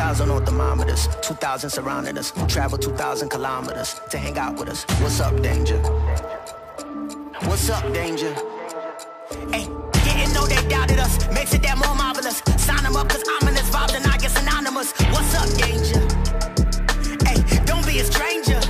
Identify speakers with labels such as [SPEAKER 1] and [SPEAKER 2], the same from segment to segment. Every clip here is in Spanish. [SPEAKER 1] eyes on all thermometers. 2,000 surrounding us. Travel 2,000 kilometers to hang out with us. What's up, danger? What's up, danger? Hey, didn't know they doubted us. Makes it that more marvelous. Sign them up, cause ominous vibes and I get synonymous. What's up, danger? Hey, don't be a stranger.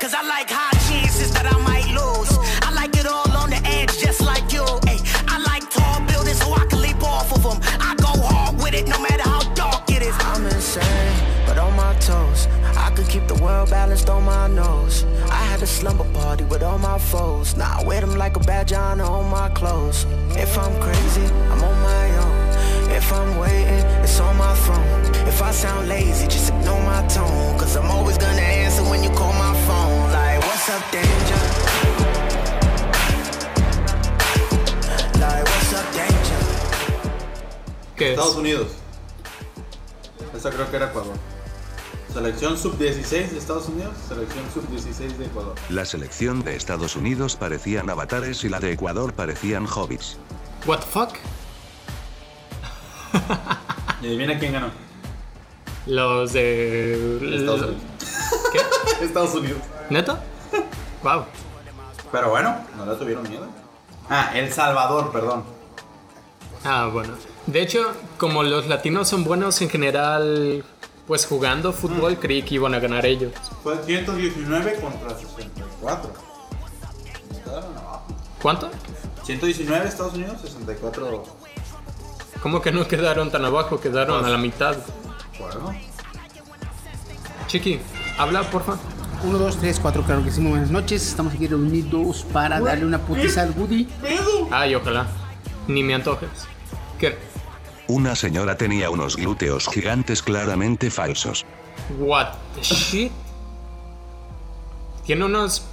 [SPEAKER 1] Cause I like high chances that I might lose. I like it all on the edge, just like you. Hey, I like tall buildings so I can leap off of them. I go hard with it no matter how dark it is. I'm insane, but on my toes. I could keep the world balanced on my nose. I had a slumber party with all my foes. Now I wear them like a badge of honor on my clothes. If I'm crazy, I'm on my own. If I'm waiting, it's on my throne. If I sound lazy, just ignore my tone. Cause I'm always gonna answer when you call my phone. Like, what's up, danger? Like, what's up, danger?
[SPEAKER 2] ¿Qué es?
[SPEAKER 3] Estados Unidos. Esa creo que era Ecuador. Selección sub-16 de Estados Unidos, selección sub-16 de Ecuador.
[SPEAKER 4] La selección de Estados Unidos parecían avatares y la de Ecuador parecían hobbits.
[SPEAKER 2] What the fuck?
[SPEAKER 3] Y adivina quién ganó.
[SPEAKER 2] Los de...
[SPEAKER 3] Estados Unidos.
[SPEAKER 2] ¿Qué?
[SPEAKER 3] Estados Unidos.
[SPEAKER 2] ¿Neta? Wow.
[SPEAKER 3] Pero bueno, no le tuvieron miedo. Ah, El Salvador, perdón.
[SPEAKER 2] Ah, bueno. De hecho, como los latinos son buenos en general, pues jugando fútbol,
[SPEAKER 3] Mm.
[SPEAKER 2] creí que iban a ganar ellos.
[SPEAKER 3] Fue 119 contra 64. Estaban abajo.
[SPEAKER 2] ¿Cuánto?
[SPEAKER 3] 119 Estados Unidos, 64
[SPEAKER 2] ¿Cómo que no quedaron tan abajo? Quedaron a la mitad.
[SPEAKER 3] Ecuador.
[SPEAKER 2] Chiqui, habla, porfa.
[SPEAKER 5] 1, 2, 3, 4, claro que sí, muy buenas noches. Estamos aquí reunidos para darle una putiza al Woody.
[SPEAKER 2] Ay, ojalá. Ni me antojes. ¿Qué?
[SPEAKER 4] Una señora tenía unos glúteos gigantes claramente falsos.
[SPEAKER 2] What the shit? Tiene unos...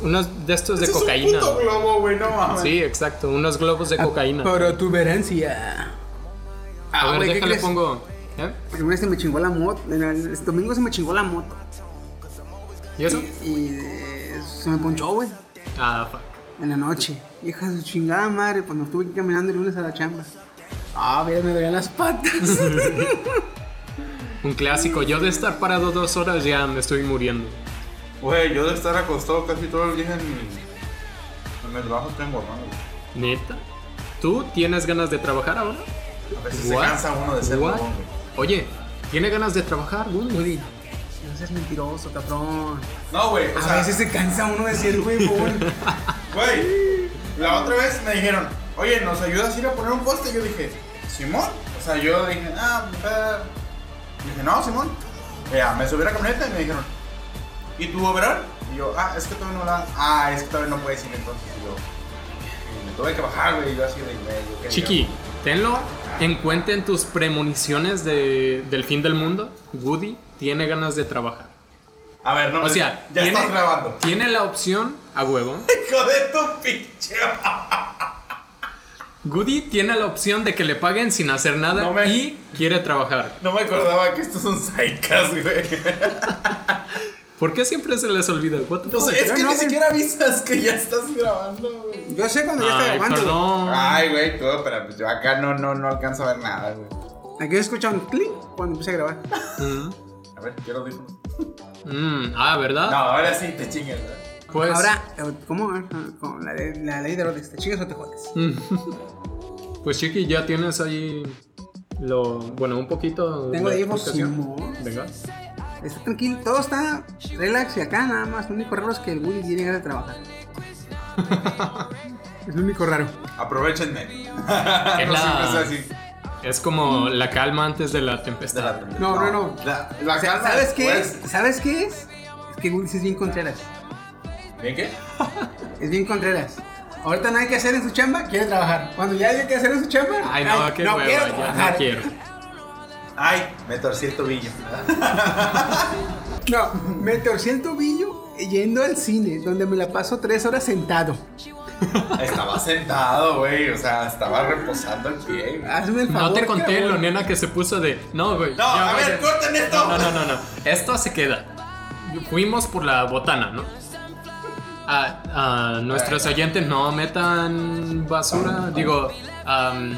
[SPEAKER 2] Unos de estos de cocaína.
[SPEAKER 3] globo, güey, no mames.
[SPEAKER 2] Sí, exacto. Unos globos
[SPEAKER 5] Ah,
[SPEAKER 2] de cocaína.
[SPEAKER 5] Protuberancia.
[SPEAKER 2] A ver,
[SPEAKER 5] güey, ¿qué
[SPEAKER 2] déjale
[SPEAKER 5] crees?
[SPEAKER 2] pongo. ¿Eh?
[SPEAKER 5] Primero se me chingó la moto. en el- El domingo se me chingó la moto.
[SPEAKER 2] ¿Y eso?
[SPEAKER 5] Y eh, se me ponchó, güey.
[SPEAKER 2] Ah, fuck.
[SPEAKER 5] En la noche. Hija de su chingada madre, pues me estuve aquí caminando el lunes a la chamba. Ah, mira, me dolían las patas.
[SPEAKER 2] Un clásico. Yo de estar parado dos horas ya me estoy muriendo.
[SPEAKER 3] Güey, yo de estar acostado casi todo el día en mi. En mi trabajo estoy engordando. güey.
[SPEAKER 2] ¿Neta? ¿Tú tienes ganas de trabajar ahora?
[SPEAKER 3] A veces
[SPEAKER 2] What?
[SPEAKER 3] se cansa uno de ser
[SPEAKER 2] What?
[SPEAKER 3] gordo, güey.
[SPEAKER 2] Oye, ¿tiene ganas de trabajar, güey?
[SPEAKER 5] Woody, no seas mentiroso, cabrón.
[SPEAKER 3] No, güey, o
[SPEAKER 5] A
[SPEAKER 3] sea,
[SPEAKER 5] veces se cansa uno de ser huevón.
[SPEAKER 3] güey. La otra vez me dijeron, oye, ¿nos ayudas a ir a poner un poste? Yo dije, ¿Simón? O sea, yo dije, ah, mi pedo". Dije, no, Simón. Ya, me subí a la camioneta y me dijeron, ¿y tu overall? Y yo, ah, es que todavía no la. Ah, es que todavía no puedes ir entonces. Y yo, y me tuve que bajar, güey. y Yo así de, güey, yo quería-
[SPEAKER 2] Chiqui, tenlo en cuenta en tus premoniciones de, del fin del mundo. Woody tiene ganas de trabajar.
[SPEAKER 3] A ver, no,
[SPEAKER 2] O
[SPEAKER 3] me-
[SPEAKER 2] sea,
[SPEAKER 3] ya
[SPEAKER 2] tiene,
[SPEAKER 3] estás grabando.
[SPEAKER 2] tiene la opción a huevo.
[SPEAKER 3] Hijo de tu pinche.
[SPEAKER 2] Woody tiene la opción de que le paguen sin hacer nada
[SPEAKER 3] No me-
[SPEAKER 2] y quiere trabajar.
[SPEAKER 3] No me acordaba que estos son saicas, güey.
[SPEAKER 2] ¿Por qué siempre se les olvida? What the
[SPEAKER 3] No
[SPEAKER 2] fuck?
[SPEAKER 3] sé, es que
[SPEAKER 5] no,
[SPEAKER 3] ni
[SPEAKER 5] güey.
[SPEAKER 3] siquiera avisas que ya estás grabando, güey.
[SPEAKER 5] Yo sé cuando ya está
[SPEAKER 2] Ay,
[SPEAKER 5] grabando. güey.
[SPEAKER 2] perdón.
[SPEAKER 3] Ay, güey, todo, pero pues yo acá no, no, no alcanzo a ver nada, güey.
[SPEAKER 5] Aquí se escucha un clic cuando empieza a grabar.
[SPEAKER 2] Mm.
[SPEAKER 3] A ver, quiero decir.
[SPEAKER 2] Mm, ah, ¿verdad?
[SPEAKER 3] No, ahora sí te chingas, güey.
[SPEAKER 2] Pues,
[SPEAKER 5] Ahora, eh, ¿cómo? Ah, Con la, ley- la ley de Herodes, ¿te chingas o te jodes?
[SPEAKER 2] Mm. pues Chiqui, ya tienes ahí lo, bueno, un poquito.
[SPEAKER 5] Tengo
[SPEAKER 2] la
[SPEAKER 5] de
[SPEAKER 2] explicación.
[SPEAKER 5] Simón.
[SPEAKER 2] Venga.
[SPEAKER 5] Está tranquilo, todo está relax y acá nada más. Lo único raro es que el Woody tiene ganas de trabajar. es lo único raro.
[SPEAKER 3] Aprovechenme.
[SPEAKER 2] Es
[SPEAKER 3] no
[SPEAKER 2] la-
[SPEAKER 3] siempre es así.
[SPEAKER 2] Es como la calma antes de la tempestad.
[SPEAKER 5] No, no, no.
[SPEAKER 3] La, la
[SPEAKER 5] O sea,
[SPEAKER 3] calma
[SPEAKER 5] ¿Sabes qué es?
[SPEAKER 3] después.
[SPEAKER 5] ¿Sabes qué es? Es que Woody sí es bien contreras.
[SPEAKER 3] ¿Bien qué?
[SPEAKER 5] Es bien contreras. Ahorita nada que hacer en su chamba, quiere trabajar. Cuando ya hay que hacer en su chamba,
[SPEAKER 2] Ay, no, qué
[SPEAKER 5] no
[SPEAKER 2] hueva,
[SPEAKER 5] quiero
[SPEAKER 2] ya
[SPEAKER 5] trabajar.
[SPEAKER 2] no quiero.
[SPEAKER 3] Ay, me torcí el tobillo.
[SPEAKER 5] No, me torcí el tobillo yendo al cine, donde me la paso tres horas sentado.
[SPEAKER 3] estaba sentado, güey. O sea, estaba reposando el pie, güey.
[SPEAKER 5] Hazme el favor.
[SPEAKER 2] No te conté
[SPEAKER 5] cabrón.
[SPEAKER 2] lo nena que se puso de. No, güey.
[SPEAKER 3] No,
[SPEAKER 2] ya
[SPEAKER 3] a
[SPEAKER 2] voy
[SPEAKER 3] ver, corten esto.
[SPEAKER 2] No, no, no, no. Esto se queda. Fuimos por la botana, ¿no? A, a nuestros oyentes no metan basura, digo, am,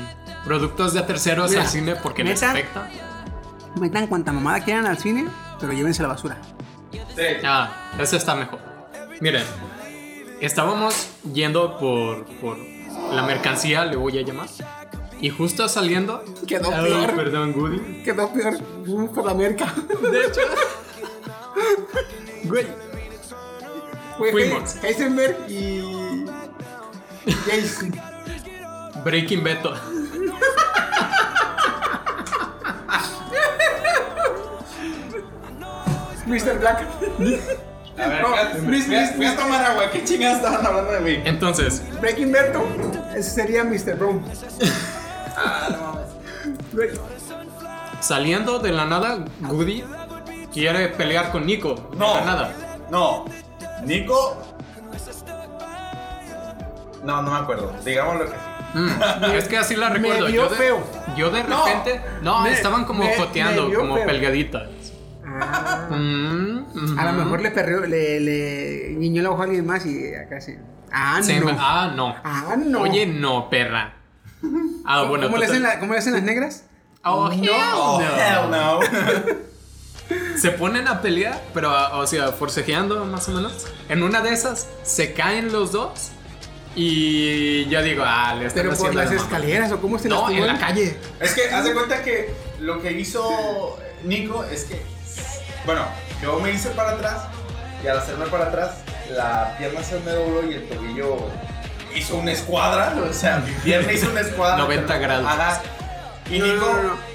[SPEAKER 2] productos de terceros
[SPEAKER 5] Mira,
[SPEAKER 2] al cine porque les
[SPEAKER 5] neta,
[SPEAKER 2] afecta.
[SPEAKER 5] Metan cuanta mamada quieran al cine, pero llévense la basura.
[SPEAKER 3] Tres.
[SPEAKER 2] Ah, ese está mejor. Miren, estábamos yendo por, por la mercancía, le voy a llamar. Y justo saliendo.
[SPEAKER 5] Quedó
[SPEAKER 2] Ay,
[SPEAKER 5] peor.
[SPEAKER 2] Perdón, Woody.
[SPEAKER 5] Quedó peor, fuimos por la merca.
[SPEAKER 2] De hecho. Güey,
[SPEAKER 5] Güey,
[SPEAKER 2] Fuimos.
[SPEAKER 5] Heisenberg y. Jason.
[SPEAKER 2] Breaking Beto.
[SPEAKER 5] Mr. Black.
[SPEAKER 3] A ver,
[SPEAKER 5] No,
[SPEAKER 3] voy a-
[SPEAKER 5] Luis,
[SPEAKER 3] voy a-
[SPEAKER 5] Luis,
[SPEAKER 3] voy a tomar agua. ¿Qué chingadas estaban hablando de mí?
[SPEAKER 2] Entonces,
[SPEAKER 5] Breaking Berto. Ese sería Mr. Brown. Güey,
[SPEAKER 2] saliendo de la nada, Woody quiere pelear con Nico. De
[SPEAKER 3] No.
[SPEAKER 2] la nada.
[SPEAKER 3] No. Nico. No, no me acuerdo. Digámoslo que sí.
[SPEAKER 2] Mm, es que así la recuerdo.
[SPEAKER 5] vio
[SPEAKER 2] yo, de,
[SPEAKER 5] feo.
[SPEAKER 2] yo de
[SPEAKER 3] No.
[SPEAKER 2] repente. No,
[SPEAKER 5] Me-
[SPEAKER 2] estaban como
[SPEAKER 5] me- me
[SPEAKER 2] joteando,
[SPEAKER 5] vio
[SPEAKER 2] como
[SPEAKER 5] feo.
[SPEAKER 2] pelgaditas. Mm, ujú.
[SPEAKER 5] A lo mejor le perreó, le, le guiñó el ojo a alguien más y acá se. Ah,
[SPEAKER 2] Se
[SPEAKER 5] no.
[SPEAKER 2] enfe- Ah, no.
[SPEAKER 5] Ah, no.
[SPEAKER 2] Oye, no, perra. Ah, bueno.
[SPEAKER 5] ¿Cómo, le
[SPEAKER 2] total-
[SPEAKER 5] hacen la- cómo le hacen las negras?
[SPEAKER 2] Oh, hell no.
[SPEAKER 3] hell no.
[SPEAKER 2] Se ponen a pelear, pero, ah, o sea, forcejeando más o menos. En una de esas, se caen los dos. Y yo digo, ah, le están
[SPEAKER 5] Pero por
[SPEAKER 2] haciendo
[SPEAKER 5] las
[SPEAKER 2] de mamá.
[SPEAKER 5] escaleras o cómo se
[SPEAKER 2] No,
[SPEAKER 5] las
[SPEAKER 2] en la calle.
[SPEAKER 3] es que haz de cuenta que lo que hizo Nico es que. Bueno, yo me hice para atrás y al hacerme para atrás, la pierna se me dobló y el tobillo hizo una escuadra. O sea, mi pierna hizo una escuadra.
[SPEAKER 2] 90 grados.
[SPEAKER 3] Ajá. Y
[SPEAKER 5] No, no,
[SPEAKER 3] Nico.
[SPEAKER 5] no, no.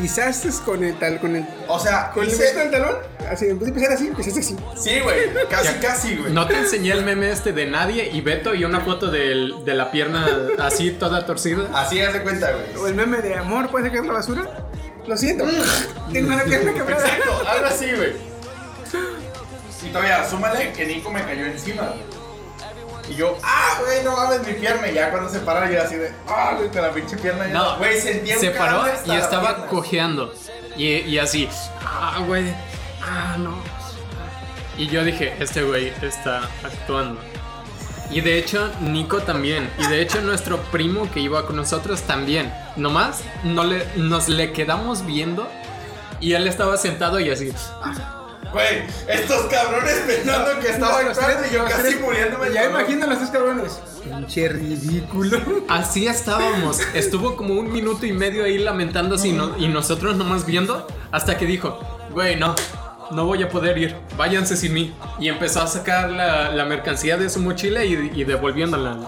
[SPEAKER 5] Pisaste con el tal, con el.
[SPEAKER 3] O sea,
[SPEAKER 5] Con el
[SPEAKER 3] hice-
[SPEAKER 5] medio del talón, así, en vez de pisar así, pisaste así.
[SPEAKER 3] Sí, güey. Casi, casi, güey.
[SPEAKER 2] No te enseñé el meme este de nadie y Beto y una foto del- de la pierna así toda torcida.
[SPEAKER 3] Así haz de cuenta, güey.
[SPEAKER 5] O el meme de amor, ¿puedes sacar la basura? Lo siento, tengo la pierna quebrada.
[SPEAKER 3] Exacto, algo así, güey. Y todavía, súmale que Nico me cayó encima, güey. Y yo, ah, güey, no mames mi pierna. Y ya cuando se paró, yo así de, ah, güey, con la pinche pierna. ya-
[SPEAKER 2] No,
[SPEAKER 3] güey, sentía un
[SPEAKER 2] se
[SPEAKER 3] calor
[SPEAKER 2] paró
[SPEAKER 3] hasta
[SPEAKER 2] y
[SPEAKER 3] la
[SPEAKER 2] estaba
[SPEAKER 3] pierna.
[SPEAKER 2] cojeando. Y, y así, ah, güey, ah, no. Y yo dije, este güey está actuando. Y de hecho, Nico también. Y de hecho, nuestro primo que iba con nosotros también. Nomás no le, nos le quedamos viendo. Y él estaba sentado y así.
[SPEAKER 3] Güey, estos cabrones pensando que estaba
[SPEAKER 5] Los
[SPEAKER 3] actuando
[SPEAKER 5] tres-
[SPEAKER 3] y yo
[SPEAKER 5] los
[SPEAKER 3] casi
[SPEAKER 5] tres-
[SPEAKER 3] muriéndome. de
[SPEAKER 5] Ya
[SPEAKER 3] calor.
[SPEAKER 5] imagino los tres cabrones. Pinche ridículo.
[SPEAKER 2] Así estábamos. Estuvo como un minuto y medio ahí lamentándose y, no- y nosotros nomás viendo hasta que dijo, güey, no, no voy a poder ir, váyanse sin mí. Y empezó a sacar la, la mercancía de su mochila y, y devolviéndola.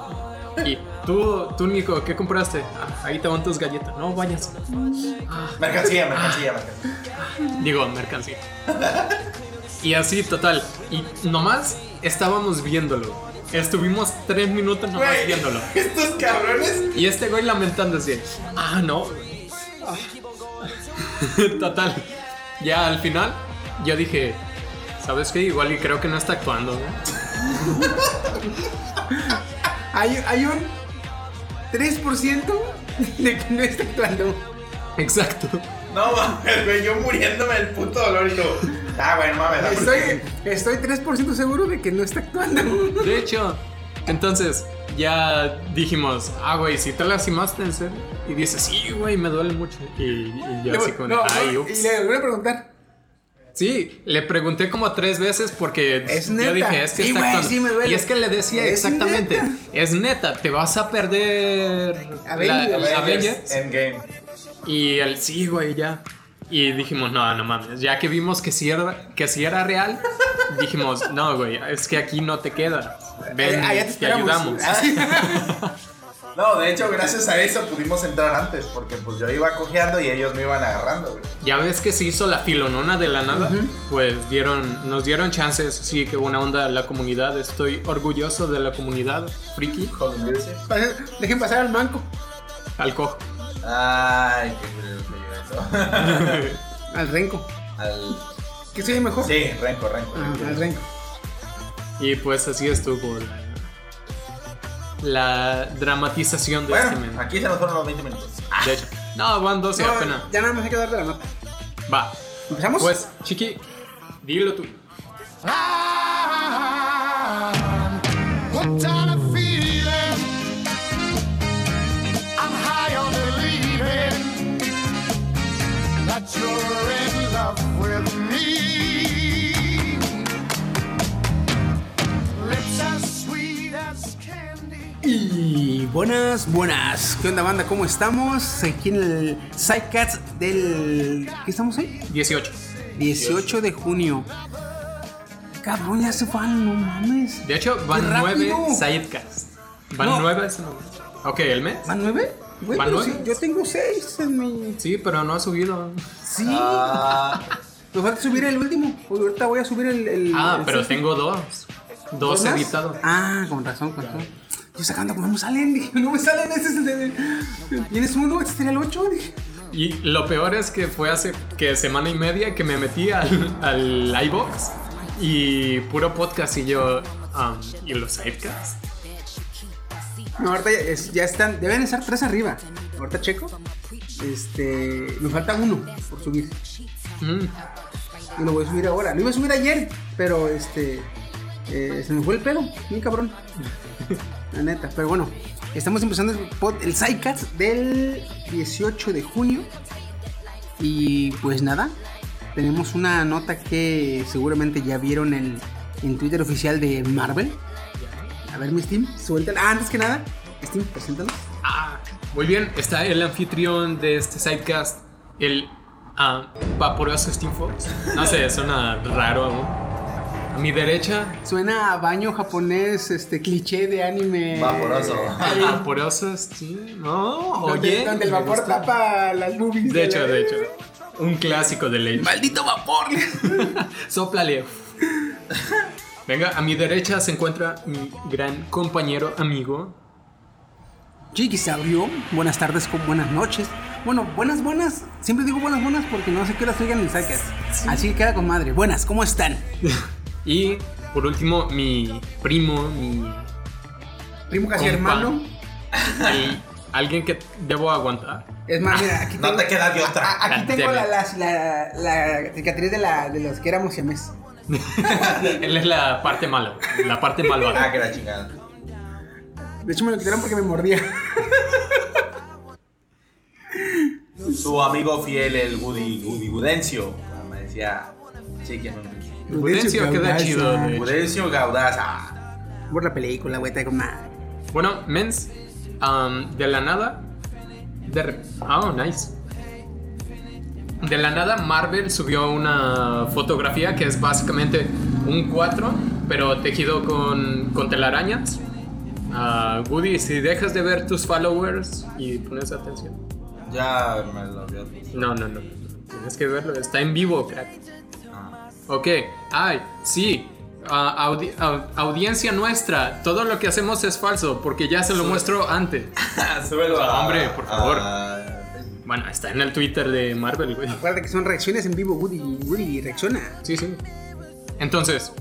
[SPEAKER 2] Y tú, tú, Nico, ¿qué compraste? "Ah, ahí te van tus galletas. No, váyanse.
[SPEAKER 3] Mercancía,
[SPEAKER 2] Ah,
[SPEAKER 3] mercancía, mercancía.
[SPEAKER 2] Digo, mercancía. Y así, total. Y nomás estábamos viéndolo. Estuvimos tres minutos nomás
[SPEAKER 3] Güey,
[SPEAKER 2] viéndolo.
[SPEAKER 3] estos cabrones.
[SPEAKER 2] Y este güey lamentándose. Ah, no. Ah. Total. Ya al final, yo dije, ¿sabes qué? Igual y creo que no está actuando. ¿no?".
[SPEAKER 5] Hay, hay un 3% de que no está actuando.
[SPEAKER 2] Exacto.
[SPEAKER 3] No mames, güey, yo muriéndome del puto dolor y yo, ah, güey, no mames. la
[SPEAKER 5] Estoy, estoy 3% seguro de que no está actuando.
[SPEAKER 2] De hecho, entonces ya dijimos, ah, güey, si te lastimaste en serio. Y dice, sí, güey, me duele mucho. Y, y yo así como,
[SPEAKER 5] No,
[SPEAKER 2] ay,
[SPEAKER 5] no,
[SPEAKER 2] ups.
[SPEAKER 5] y le voy a preguntar.
[SPEAKER 2] Sí, le pregunté como tres veces porque
[SPEAKER 5] Es
[SPEAKER 2] yo
[SPEAKER 5] neta.
[SPEAKER 2] dije, es que
[SPEAKER 5] Sí,
[SPEAKER 2] está
[SPEAKER 5] güey,
[SPEAKER 2] actuando.
[SPEAKER 5] sí me duele.
[SPEAKER 2] Y es que le decía
[SPEAKER 5] Es
[SPEAKER 2] exactamente,
[SPEAKER 5] neta.
[SPEAKER 2] es neta, te vas a perder
[SPEAKER 5] Avengers.
[SPEAKER 2] la- la
[SPEAKER 3] Avengers Eh.
[SPEAKER 2] Avengers".
[SPEAKER 3] Endgame.
[SPEAKER 2] Y el sí, güey, ya. Y dijimos, no, no mames, ya que vimos que sí era, que sí era real, dijimos, no, güey, es que aquí no te queda. Ven, eh,
[SPEAKER 5] Ah, ya te
[SPEAKER 2] te
[SPEAKER 5] esperamos. Ah.
[SPEAKER 2] ayudamos.
[SPEAKER 3] No, de hecho, gracias a eso pudimos entrar antes, porque pues yo iba cojeando y ellos me iban agarrando, güey.
[SPEAKER 2] Ya ves que se hizo la filonona de la nada, pues dieron, nos dieron chances, sí, que buena onda la comunidad, estoy orgulloso de la comunidad, friki,
[SPEAKER 3] Con Music.
[SPEAKER 5] Pase- Dejen pasar al manco.
[SPEAKER 2] al cojo.
[SPEAKER 3] Ay, qué culero que yo eso.
[SPEAKER 5] Al renco.
[SPEAKER 3] Al...
[SPEAKER 5] ¿Qué soy mejor?
[SPEAKER 3] Sí, renco, renco.
[SPEAKER 5] Ah, al renco.
[SPEAKER 2] Y pues así estuvo la, la dramatización de este
[SPEAKER 3] Bueno,
[SPEAKER 2] meme.
[SPEAKER 3] aquí se nos fueron los 20 minutos.
[SPEAKER 2] De hecho, no, van 12
[SPEAKER 5] No,
[SPEAKER 2] apenas.
[SPEAKER 5] ya nada más hay que darle la nota.
[SPEAKER 2] Va.
[SPEAKER 5] ¿Empezamos?
[SPEAKER 2] Pues, Chiqui, dilo tú.
[SPEAKER 6] I'm high on believing that you're
[SPEAKER 5] Y buenas, buenas. ¿Qué onda, banda? ¿Cómo estamos? Aquí en el Psycats del. ¿Qué estamos hoy?
[SPEAKER 2] 18.
[SPEAKER 5] 18 de junio. Cabrón, ya se van, no mames.
[SPEAKER 2] De hecho,
[SPEAKER 5] ¡Qué
[SPEAKER 2] van
[SPEAKER 5] rápido!
[SPEAKER 2] nueve sidecast. Van
[SPEAKER 5] No.
[SPEAKER 2] nueve. ese no- Ok, el mes.
[SPEAKER 5] ¿Van nueve? Güey,
[SPEAKER 2] ¿Van
[SPEAKER 5] pero
[SPEAKER 2] nueve?
[SPEAKER 5] sí, yo tengo seis en mi.
[SPEAKER 2] Sí, pero no ha subido.
[SPEAKER 5] Sí.
[SPEAKER 2] Ah.
[SPEAKER 5] Me falta subir el último. Hoy ahorita voy a subir el. el-
[SPEAKER 2] Ah,
[SPEAKER 5] el
[SPEAKER 2] pero
[SPEAKER 5] sexto.
[SPEAKER 2] tengo dos. Dos
[SPEAKER 5] ¿Dos más?
[SPEAKER 2] editados.
[SPEAKER 5] Ah, con razón, con razón. Yo sacando, pues, no me salen, dije, no me salen, ese es el de. ¿Tienes uno? Este sería el 8, dije.
[SPEAKER 2] Y lo peor es que fue hace que semana y media que me metí al, al iBox y puro podcast y yo. um, ¿Y los sidecasts?
[SPEAKER 5] No, ahorita ya, es- ya están, deben estar tres arriba. Ahorita checo. Este, me falta uno por subir.
[SPEAKER 2] Mm,
[SPEAKER 5] Y lo voy a subir ahora. Lo iba a subir ayer, pero este, eh, se me fue el pedo, mi cabrón. La neta, pero bueno, estamos empezando el, pod, el Sidecast del 18 de junio. Y pues nada, tenemos una nota que seguramente ya vieron en, en Twitter oficial de Marvel. A ver, mi Steam, suelten. Ah, antes que nada, Steam, preséntanos.
[SPEAKER 2] Ah, muy bien, está el anfitrión de este sidecast, el ah, vaporoso Steam Fox. No sé, suena raro. ¿no? A mi derecha,
[SPEAKER 5] Suena a baño japonés, este cliché de anime.
[SPEAKER 6] Vaporoso.
[SPEAKER 2] el vaporoso Steam. No,
[SPEAKER 5] Donde-
[SPEAKER 2] oye.
[SPEAKER 5] donde el
[SPEAKER 2] me
[SPEAKER 5] vapor
[SPEAKER 2] gusta.
[SPEAKER 5] tapa las boobies.
[SPEAKER 2] De hecho,
[SPEAKER 5] la-
[SPEAKER 2] de hecho. Un clásico de ley.
[SPEAKER 5] Maldito vapor.
[SPEAKER 2] Sóplale. Venga, a mi derecha se encuentra mi gran compañero amigo.
[SPEAKER 5] Chiqui se abrió. Buenas tardes, con buenas noches. Bueno, buenas, buenas. Siempre digo buenas, buenas porque no sé qué horas oigan el sacas. Así que queda con madre. Buenas, ¿cómo están?
[SPEAKER 2] Y por último, mi primo, mi.
[SPEAKER 5] Primo casi
[SPEAKER 2] compa,
[SPEAKER 5] hermano.
[SPEAKER 2] el- alguien que debo aguantar.
[SPEAKER 5] Es más, mira, aquí
[SPEAKER 6] No
[SPEAKER 5] tengo,
[SPEAKER 6] te queda de otra.
[SPEAKER 5] aquí tengo
[SPEAKER 2] Deme.
[SPEAKER 5] la, las- la, la cicatriz de, la, de los que éramos siamés.
[SPEAKER 2] Él es la parte mala, la parte
[SPEAKER 6] Ah,
[SPEAKER 2] malvada.
[SPEAKER 6] que la chingada.
[SPEAKER 5] De hecho, me lo quitaron porque me mordía.
[SPEAKER 6] Su amigo fiel, el Woody, Woody Gudencio. Me decía, chequen.
[SPEAKER 2] Prudencio queda
[SPEAKER 5] Gaudaza.
[SPEAKER 2] chido, de hecho.
[SPEAKER 6] Gudencio Gaudaza.
[SPEAKER 5] Por la película, güey, te con madre.
[SPEAKER 2] Bueno, mens, am, de la nada. De re- Oh, nice. De la nada, Marvel subió una fotografía que es básicamente un 4, pero tejido con, con telarañas. Ah, Woody, si dejas de ver tus followers y pones atención.
[SPEAKER 6] Ya me lo vio.
[SPEAKER 2] No, no, no. Tienes que verlo. Está en vivo, crack.
[SPEAKER 6] Ah.
[SPEAKER 2] Ok, ay, sí. Ah, audi- au- audiencia nuestra, todo lo que hacemos es falso porque ya se lo muestro antes.
[SPEAKER 6] Súbelo a-
[SPEAKER 2] Hombre, por favor.
[SPEAKER 6] a-
[SPEAKER 2] Bueno, está en el Twitter de Marvel, güey.
[SPEAKER 5] Acuérdate que son reacciones en vivo, Woody. Woody reacciona.
[SPEAKER 2] Sí, sí. Entonces,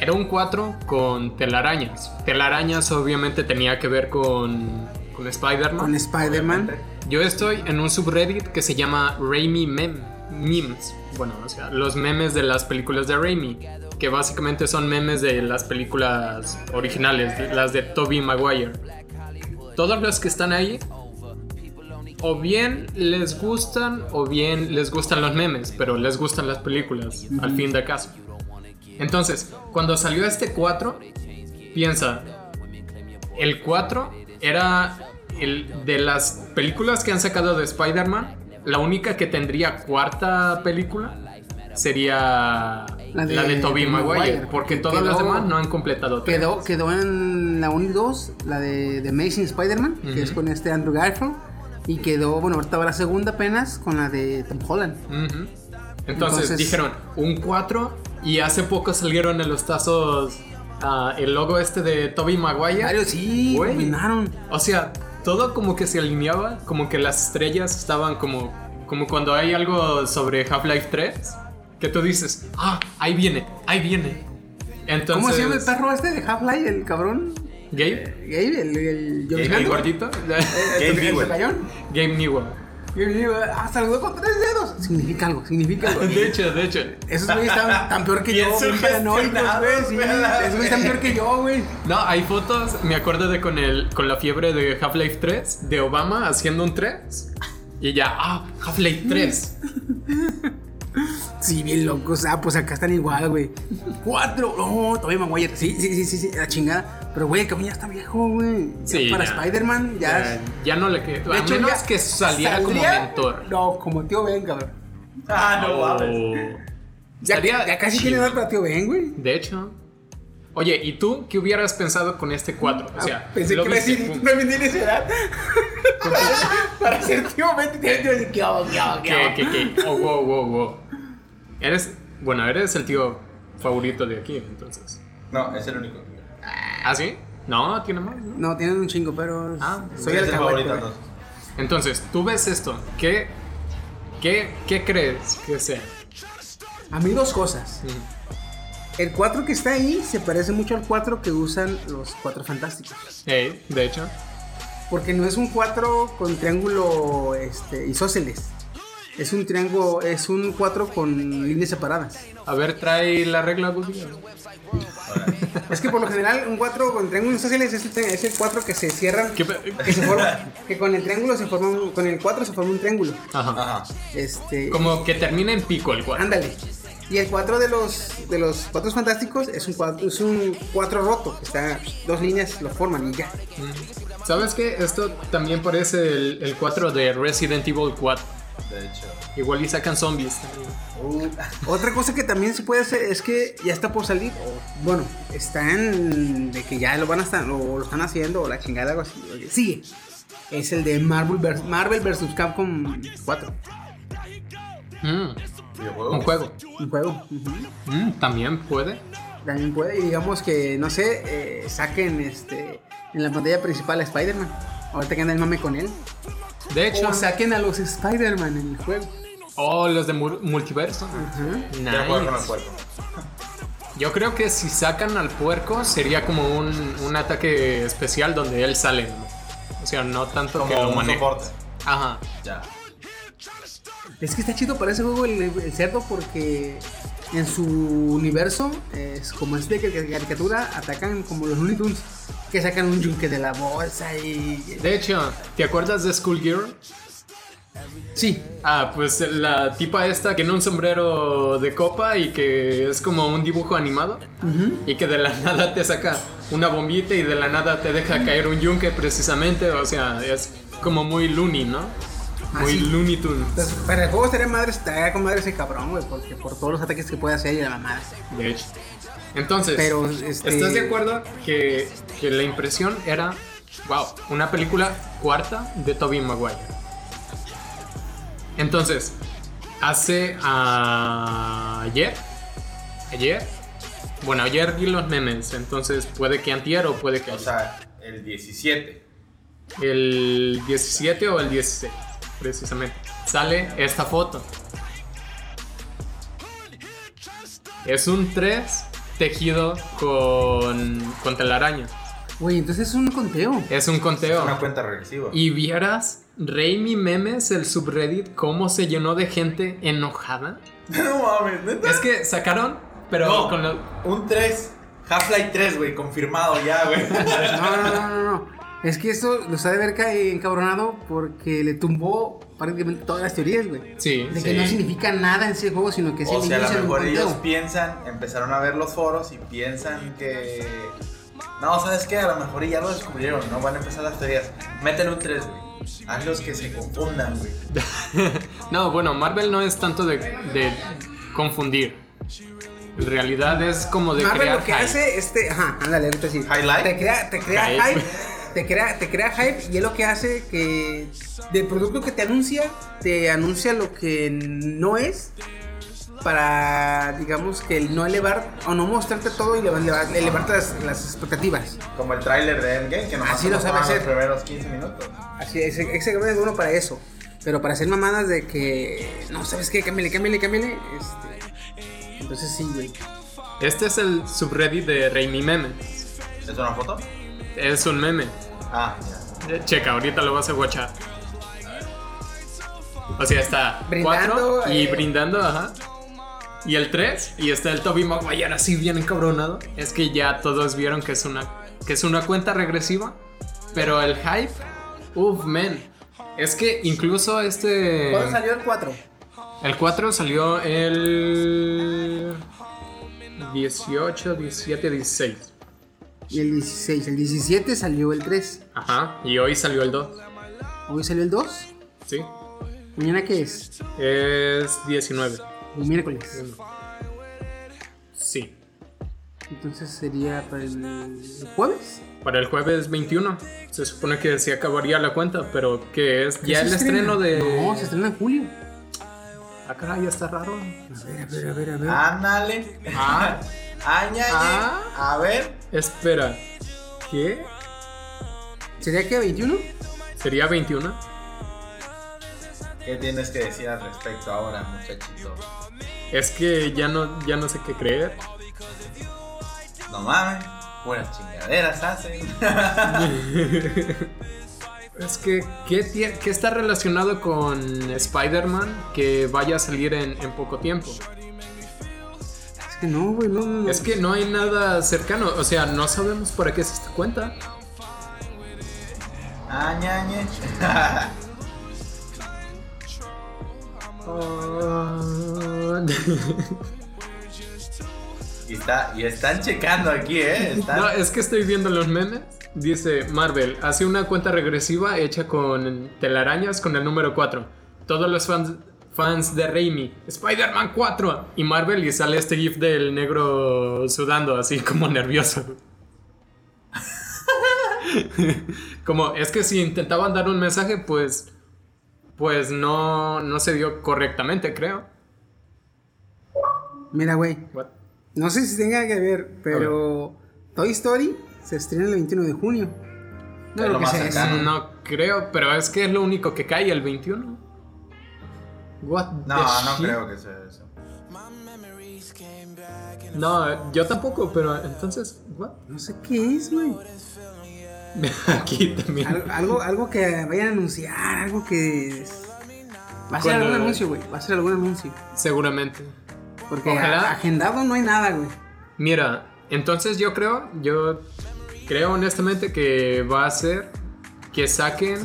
[SPEAKER 2] era un 4 con telarañas. Telarañas obviamente tenía que ver con, con
[SPEAKER 5] Con
[SPEAKER 2] Spider-Man.
[SPEAKER 5] Spider-Man.
[SPEAKER 2] Yo estoy en un subreddit que se llama Raimi Mem- Memes. Bueno, o sea, los memes de las películas de Raimi. Que básicamente son memes de las películas originales, de- las de Tobey Maguire. Todos los que están ahí, o bien les gustan, o bien les gustan los memes, pero les gustan las películas, al fin de caso. Entonces, cuando salió este 4, piensa, el 4 era el de las películas que han sacado de Spider-Man. La única que tendría cuarta película sería la
[SPEAKER 5] La
[SPEAKER 2] de,
[SPEAKER 5] de
[SPEAKER 2] Tobey
[SPEAKER 5] Tobey
[SPEAKER 2] Maguire,
[SPEAKER 5] Maguire,
[SPEAKER 2] porque
[SPEAKER 5] porque
[SPEAKER 2] todas las
[SPEAKER 5] quedó-
[SPEAKER 2] demás no han completado. tres.
[SPEAKER 5] Quedó, quedó en la 1 y 2, la de, de Amazing Spider-Man,
[SPEAKER 2] Ujú.
[SPEAKER 5] que es con este Andrew Garfield. Y quedó, bueno, ahorita va la segunda apenas con la de Tom Holland.
[SPEAKER 2] Ujú. Entonces,
[SPEAKER 5] Entonces-
[SPEAKER 2] dijeron un 4 y hace poco salieron en los tazos ah, el logo este de Tobey Maguire.
[SPEAKER 5] Varios sí,
[SPEAKER 2] Güey.
[SPEAKER 5] dominaron.
[SPEAKER 2] O sea, todo como que se alineaba, como que las estrellas estaban como, como cuando hay algo sobre Half-Life 3, que tú dices, ah, ahí viene, ahí viene. Entonces,
[SPEAKER 5] ¿Cómo se llama el perro este de Half-Life, el cabrón?
[SPEAKER 2] Gabe,
[SPEAKER 5] Gabe, el, el,
[SPEAKER 2] Gabe el gordito,
[SPEAKER 6] Gabe
[SPEAKER 5] Gabe
[SPEAKER 6] Newell.
[SPEAKER 2] Gabe Newell.
[SPEAKER 5] Ah, saludó con tres dedos. Significa algo, significa algo.
[SPEAKER 2] De hecho, de hecho.
[SPEAKER 5] Esos güeyes estaban tan peor que
[SPEAKER 6] Bien
[SPEAKER 5] yo, güey, paranoicos, güey.
[SPEAKER 6] sugestionados,
[SPEAKER 5] sí.
[SPEAKER 6] güey, a la
[SPEAKER 5] Esos güeyes están peor que yo, güey.
[SPEAKER 2] No, hay fotos, me acuerdo de con, el, con la fiebre de Half-Life 3, de
[SPEAKER 5] Mm,
[SPEAKER 2] Obama haciendo un 3. Y ya, ah, Half-Life 3.
[SPEAKER 5] Sí, bien locos. Ah, pues acá están igual, güey. Cuatro. No, todavía me voy a- Sí, sí, sí, sí, sí, la chingada. Pero, güey, el camión ya está viejo, güey. Ya
[SPEAKER 2] Sí,
[SPEAKER 5] Para
[SPEAKER 2] ya.
[SPEAKER 5] Spider-Man, ya.
[SPEAKER 2] Ya, ya no le quedó.
[SPEAKER 5] De
[SPEAKER 2] A
[SPEAKER 5] hecho,
[SPEAKER 2] menos
[SPEAKER 5] ya
[SPEAKER 2] que saliera
[SPEAKER 5] saldría-
[SPEAKER 2] como mentor.
[SPEAKER 5] No, como tío Ben, cabrón.
[SPEAKER 6] Ah, no mames.
[SPEAKER 2] O-
[SPEAKER 5] Ya,
[SPEAKER 2] Estaría
[SPEAKER 5] ya casi
[SPEAKER 2] chido.
[SPEAKER 5] tiene edad para tío Ben, güey.
[SPEAKER 2] De hecho. Oye, ¿y tú qué hubieras pensado con este 4? O sea,
[SPEAKER 5] Ah, pensé
[SPEAKER 2] lo
[SPEAKER 5] que iba a
[SPEAKER 2] viste,
[SPEAKER 5] decir,
[SPEAKER 2] pum,
[SPEAKER 5] no me tienes edad. para ser tío Ben, te tienes que decir, ¿qué hago, qué hago, qué
[SPEAKER 2] que,
[SPEAKER 5] hago?
[SPEAKER 2] que, que- oh, wow, wow, wow. Eres, bueno, eres el tío favorito de aquí, entonces.
[SPEAKER 6] No, es el único.
[SPEAKER 2] ¿Ah, sí? No, tiene más, ¿no?
[SPEAKER 5] No, tienen un chingo, pero.
[SPEAKER 2] Ah,
[SPEAKER 5] soy
[SPEAKER 6] es
[SPEAKER 5] el
[SPEAKER 6] el
[SPEAKER 5] cabrón.
[SPEAKER 6] favorito entonces.
[SPEAKER 2] Entonces, tú ves esto, ¿qué, qué, qué crees que sea?
[SPEAKER 5] A mí dos cosas. El 4 que está ahí se parece mucho al 4 que usan los 4 fantásticos.
[SPEAKER 2] Ey, de hecho,
[SPEAKER 5] Porque no es un 4 con triángulo este, isósceles. Es un triángulo, es un 4 con líneas separadas.
[SPEAKER 2] a ver, trae la regla, Woody.
[SPEAKER 5] Es que por lo general un 4 con triángulo isósceles es el, tri- es el 4 que se cierran,
[SPEAKER 2] ¿Qué
[SPEAKER 5] que
[SPEAKER 2] pe-
[SPEAKER 5] se forma, que con el triángulo se forma, un- con el 4 se forma un triángulo.
[SPEAKER 2] Ajá.
[SPEAKER 6] Ajá.
[SPEAKER 5] Este,
[SPEAKER 2] Como que termina en pico el 4.
[SPEAKER 5] Ándale. Y el 4 de los de los cuatro fantásticos es un 4 es un cuatro roto, que está dos líneas lo forman y ya.
[SPEAKER 2] ¿Sabes qué? Esto también parece el, el 4 de Resident Evil 4.
[SPEAKER 6] De hecho.
[SPEAKER 2] Igual y sacan zombies también.
[SPEAKER 5] Otra cosa que también se puede hacer es que ya está por salir o, bueno, están de que ya lo van a estar lo, lo están haciendo o la chingada algo así. oye, Sigue. Es el de Marvel vers- Marvel vs Capcom 4,
[SPEAKER 2] Mm,
[SPEAKER 6] Videojuego.
[SPEAKER 2] un juego.
[SPEAKER 5] un juego. ujú.
[SPEAKER 2] Mm, también puede.
[SPEAKER 5] También puede, y digamos que, no sé, eh, saquen este en la pantalla principal a Spider-Man. Ahorita que anda el mame con él.
[SPEAKER 2] De hecho,
[SPEAKER 5] O saquen a los Spider-Man en el juego.
[SPEAKER 2] oh, los de mul- multiverso.
[SPEAKER 5] Ajá.
[SPEAKER 6] Quiero jugar con el
[SPEAKER 2] Nice.
[SPEAKER 6] puerco.
[SPEAKER 2] Yo creo que si sacan al puerco sería como un, un ataque especial donde él sale. ¿no? O sea, no tanto que
[SPEAKER 6] Como
[SPEAKER 2] lo
[SPEAKER 6] un
[SPEAKER 2] maneje.
[SPEAKER 6] soporte.
[SPEAKER 2] Ajá.
[SPEAKER 6] Ya.
[SPEAKER 5] Es que está chido para ese juego el, el cerdo porque en su universo, es como es de car- caricatura, atacan como los Looney Tunes, que sacan un yunque de la bolsa y...
[SPEAKER 2] De hecho, ¿te acuerdas de Schoolgirl?
[SPEAKER 5] Sí,
[SPEAKER 2] Ah, pues la tipa esta que tiene un sombrero de copa y que es como un dibujo animado y que de la nada te saca una bombita y de la nada te deja caer un yunque precisamente, o sea, es como muy loony, ¿no? Muy
[SPEAKER 5] Ah, sí.
[SPEAKER 2] Looney Tunes,
[SPEAKER 5] entonces para pues, el juego estaría madre, estaría con madre ese cabrón, güey, porque por todos los ataques que puede hacer y la mamada.
[SPEAKER 2] de hecho. Entonces,
[SPEAKER 5] Pero, este-
[SPEAKER 2] ¿estás de acuerdo que, que la impresión era, wow, una película cuarta de Tobey Maguire? Entonces, hace ah, ayer, ayer, bueno, ayer vi los memes, entonces puede que antier o puede que
[SPEAKER 6] O
[SPEAKER 2] ayer.
[SPEAKER 6] sea, el 17.
[SPEAKER 2] el 17 o el 16, precisamente, sale esta foto. Es un 3 tejido con, con telaraña.
[SPEAKER 5] Güey, entonces es un conteo.
[SPEAKER 2] Es un conteo.
[SPEAKER 6] Una cuenta regresiva.
[SPEAKER 2] Y vieras, Raimi Memes, el subreddit, cómo se llenó de gente enojada.
[SPEAKER 6] No mames, neta.
[SPEAKER 2] Es que sacaron, pero
[SPEAKER 6] No.
[SPEAKER 2] con lo-
[SPEAKER 6] Un 3. Half-Life 3, güey, confirmado ya, güey.
[SPEAKER 5] No, no, no, no, no. Es que esto los ha de ver ca- encabronado porque le tumbó prácticamente todas las teorías, güey.
[SPEAKER 2] Sí,
[SPEAKER 5] De que
[SPEAKER 2] sí.
[SPEAKER 5] no significa nada en ese juego, sino que es
[SPEAKER 6] O
[SPEAKER 5] el
[SPEAKER 6] sea, a
[SPEAKER 5] inicio
[SPEAKER 6] lo
[SPEAKER 5] de un
[SPEAKER 6] mejor ellos
[SPEAKER 5] conteo.
[SPEAKER 6] piensan, empezaron a ver los foros y piensan que. No, ¿sabes qué? A lo mejor ya lo descubrieron, no van a empezar las teorías. Métele un 3, güey. Hazlos que se confundan, güey.
[SPEAKER 2] No, bueno, Marvel no es tanto de, de confundir. En realidad es como de
[SPEAKER 5] Marvel
[SPEAKER 2] crear
[SPEAKER 5] lo que
[SPEAKER 2] hype.
[SPEAKER 5] hace, este, ajá, ándale, ahorita sí.
[SPEAKER 6] Highlight.
[SPEAKER 5] Te crea, te crea
[SPEAKER 2] Hype.
[SPEAKER 5] hype, te crea, te crea hype y es lo que hace que del producto que te anuncia, te anuncia lo que no es para, digamos, que no elevar o no mostrarte todo y elevar- elevar- elevarte las, las expectativas.
[SPEAKER 6] Como el tráiler de Endgame, que nomás
[SPEAKER 5] Así
[SPEAKER 6] se
[SPEAKER 5] lo
[SPEAKER 6] nos
[SPEAKER 5] sabe
[SPEAKER 6] toman
[SPEAKER 5] hacer.
[SPEAKER 6] los primeros 15 minutos.
[SPEAKER 5] Así es, ese cabrón es bueno para eso. Pero para hacer mamadas de que, no, ¿sabes qué? Cámbiale, cámbiale, cámbiale. Este, entonces sí, güey.
[SPEAKER 2] Este es el subreddit de Raimi Memes.
[SPEAKER 6] ¿Es una foto?
[SPEAKER 2] Es un meme.
[SPEAKER 6] Ah, ya.
[SPEAKER 2] Eh, Checa, ahorita lo vas a watchar. O sea, está
[SPEAKER 5] Brindando,
[SPEAKER 2] 4 y
[SPEAKER 5] eh.
[SPEAKER 2] brindando, ajá. Y el 3, y está el Toby Maguire así bien encabronado. Es que ya todos vieron que es una, que es una cuenta regresiva. Pero el hype, uff, man. Es que incluso este.
[SPEAKER 5] ¿Cuándo salió el 4?
[SPEAKER 2] El 4 salió el 18, 17, 16.
[SPEAKER 5] Y el 16, el 17 salió el 3.
[SPEAKER 2] Ajá. Y hoy salió el 2.
[SPEAKER 5] Hoy salió el 2.
[SPEAKER 2] Sí.
[SPEAKER 5] Mañana qué es?
[SPEAKER 2] Es 19.
[SPEAKER 5] El miércoles.
[SPEAKER 2] Sí.
[SPEAKER 5] Entonces sería para el el jueves.
[SPEAKER 2] Para el jueves 21. Se supone que se acabaría la cuenta, pero que es ya
[SPEAKER 5] ¿Se
[SPEAKER 2] el
[SPEAKER 5] estrena?
[SPEAKER 2] estreno de.
[SPEAKER 5] No, se estrena en julio.
[SPEAKER 2] Acá Ah, ya está raro.
[SPEAKER 5] A ver, a ver, a ver, a ver.
[SPEAKER 6] Ándale.
[SPEAKER 2] Ah.
[SPEAKER 6] Añade.
[SPEAKER 2] Ah.
[SPEAKER 6] A ver.
[SPEAKER 2] Espera. ¿Qué?
[SPEAKER 5] ¿Sería que 21?
[SPEAKER 2] ¿Sería 21?
[SPEAKER 6] ¿Qué tienes que decir al respecto ahora, muchachito?
[SPEAKER 2] Es que ya no, ya no sé qué creer.
[SPEAKER 6] No mames. Puras chingaderas hacen.
[SPEAKER 2] Es que, ¿qué, tie- qué está relacionado con Spider-Man que vaya a salir en, en poco tiempo?
[SPEAKER 5] Es que no, güey, no, no, no.
[SPEAKER 2] Es que no hay nada cercano, o sea, no sabemos para qué es esta cuenta.
[SPEAKER 6] Ah, Añañe.
[SPEAKER 2] Ah,
[SPEAKER 6] Y, está, y están checando aquí, ¿eh? Están-
[SPEAKER 2] no, es que estoy viendo los memes. Dice Marvel, hace una cuenta regresiva hecha con telarañas con el número 4. Todos los fans, fans de Raimi, Spider-Man 4. Y Marvel y sale este gif del negro sudando así como nervioso. como es que si intentaban dar un mensaje, pues... Pues no, no se dio correctamente, creo.
[SPEAKER 5] Mira, güey.
[SPEAKER 2] What?
[SPEAKER 5] No sé si tenga que ver, pero Toy Story se estrena el 21 de junio. No
[SPEAKER 6] Es
[SPEAKER 5] creo
[SPEAKER 6] lo
[SPEAKER 5] que
[SPEAKER 6] más
[SPEAKER 5] sea eso.
[SPEAKER 6] cercano.
[SPEAKER 2] No creo, pero es que es lo único que cae el 21. What the
[SPEAKER 6] no, no
[SPEAKER 2] shit?
[SPEAKER 6] creo que sea eso.
[SPEAKER 2] No, yo tampoco, pero entonces, what?
[SPEAKER 5] No sé qué es, güey.
[SPEAKER 2] Aquí también.
[SPEAKER 5] Al- algo, algo que vayan a anunciar, algo que. es- Va a ser
[SPEAKER 2] Cuando-
[SPEAKER 5] algún anuncio, güey. Va a ser algún anuncio.
[SPEAKER 2] Seguramente.
[SPEAKER 5] Porque
[SPEAKER 2] Ojalá.
[SPEAKER 5] a- agendado no hay nada, güey.
[SPEAKER 2] Mira, entonces yo creo, yo creo honestamente que va a ser que saquen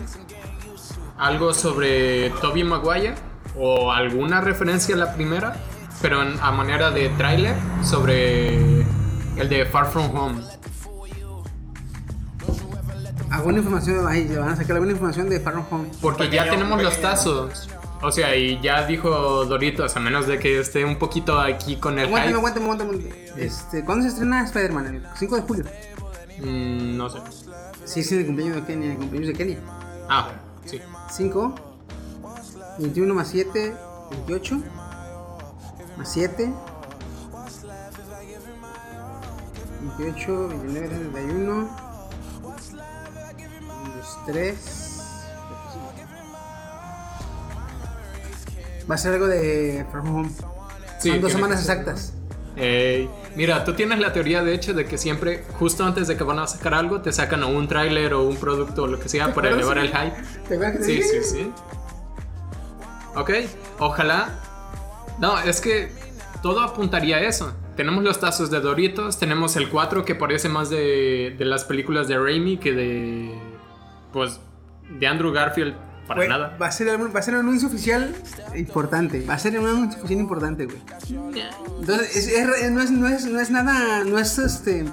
[SPEAKER 2] algo sobre Toby Maguire o alguna referencia a la primera, pero en- a manera de tráiler sobre el de Far From Home.
[SPEAKER 5] Alguna información, ahí le van a sacar alguna información de Far From Home.
[SPEAKER 2] Porque ya
[SPEAKER 6] Pequeño,
[SPEAKER 2] tenemos los
[SPEAKER 6] pequeño.
[SPEAKER 2] tazos. O sea, y ya dijo Doritos, a menos de que esté un poquito aquí con el
[SPEAKER 5] Aguántame,
[SPEAKER 2] hype.
[SPEAKER 5] aguántame, aguántame. aguántame. Este, ¿Cuándo se estrena Spider-Man? El 5 de julio.
[SPEAKER 2] Mm, no sé.
[SPEAKER 5] Sí, sí, el cumpleaños de Kenia, el cumpleaños de Kenia.
[SPEAKER 2] Ah, sí.
[SPEAKER 5] 5, 21 más 7, 28, más 7, 28, 29, 31, 3. Va a ser algo de From Home.
[SPEAKER 2] Sí,
[SPEAKER 5] Son dos
[SPEAKER 2] tiene
[SPEAKER 5] semanas
[SPEAKER 2] que ser.
[SPEAKER 5] exactas.
[SPEAKER 2] Ey, Eh, mira, tú tienes la teoría de hecho de que siempre, justo antes de que van a sacar algo, te sacan o un tráiler o un producto o lo que sea para elevar el hype.
[SPEAKER 5] ¿Te acuerdas que te
[SPEAKER 2] Sí,
[SPEAKER 5] dije?
[SPEAKER 2] sí, sí. Ok, ojalá. No, es que todo apuntaría a eso. Tenemos los tazos de Doritos, tenemos el 4 que parece más de, de las películas de Raimi que de. Pues de Andrew Garfield para
[SPEAKER 5] Güey,
[SPEAKER 2] nada.
[SPEAKER 5] Va a, ser, algún- va a ser un anuncio oficial importante. Va a ser un anuncio oficial importante, güey. Entonces, es- es- no, es, no, es, no es nada. No es este.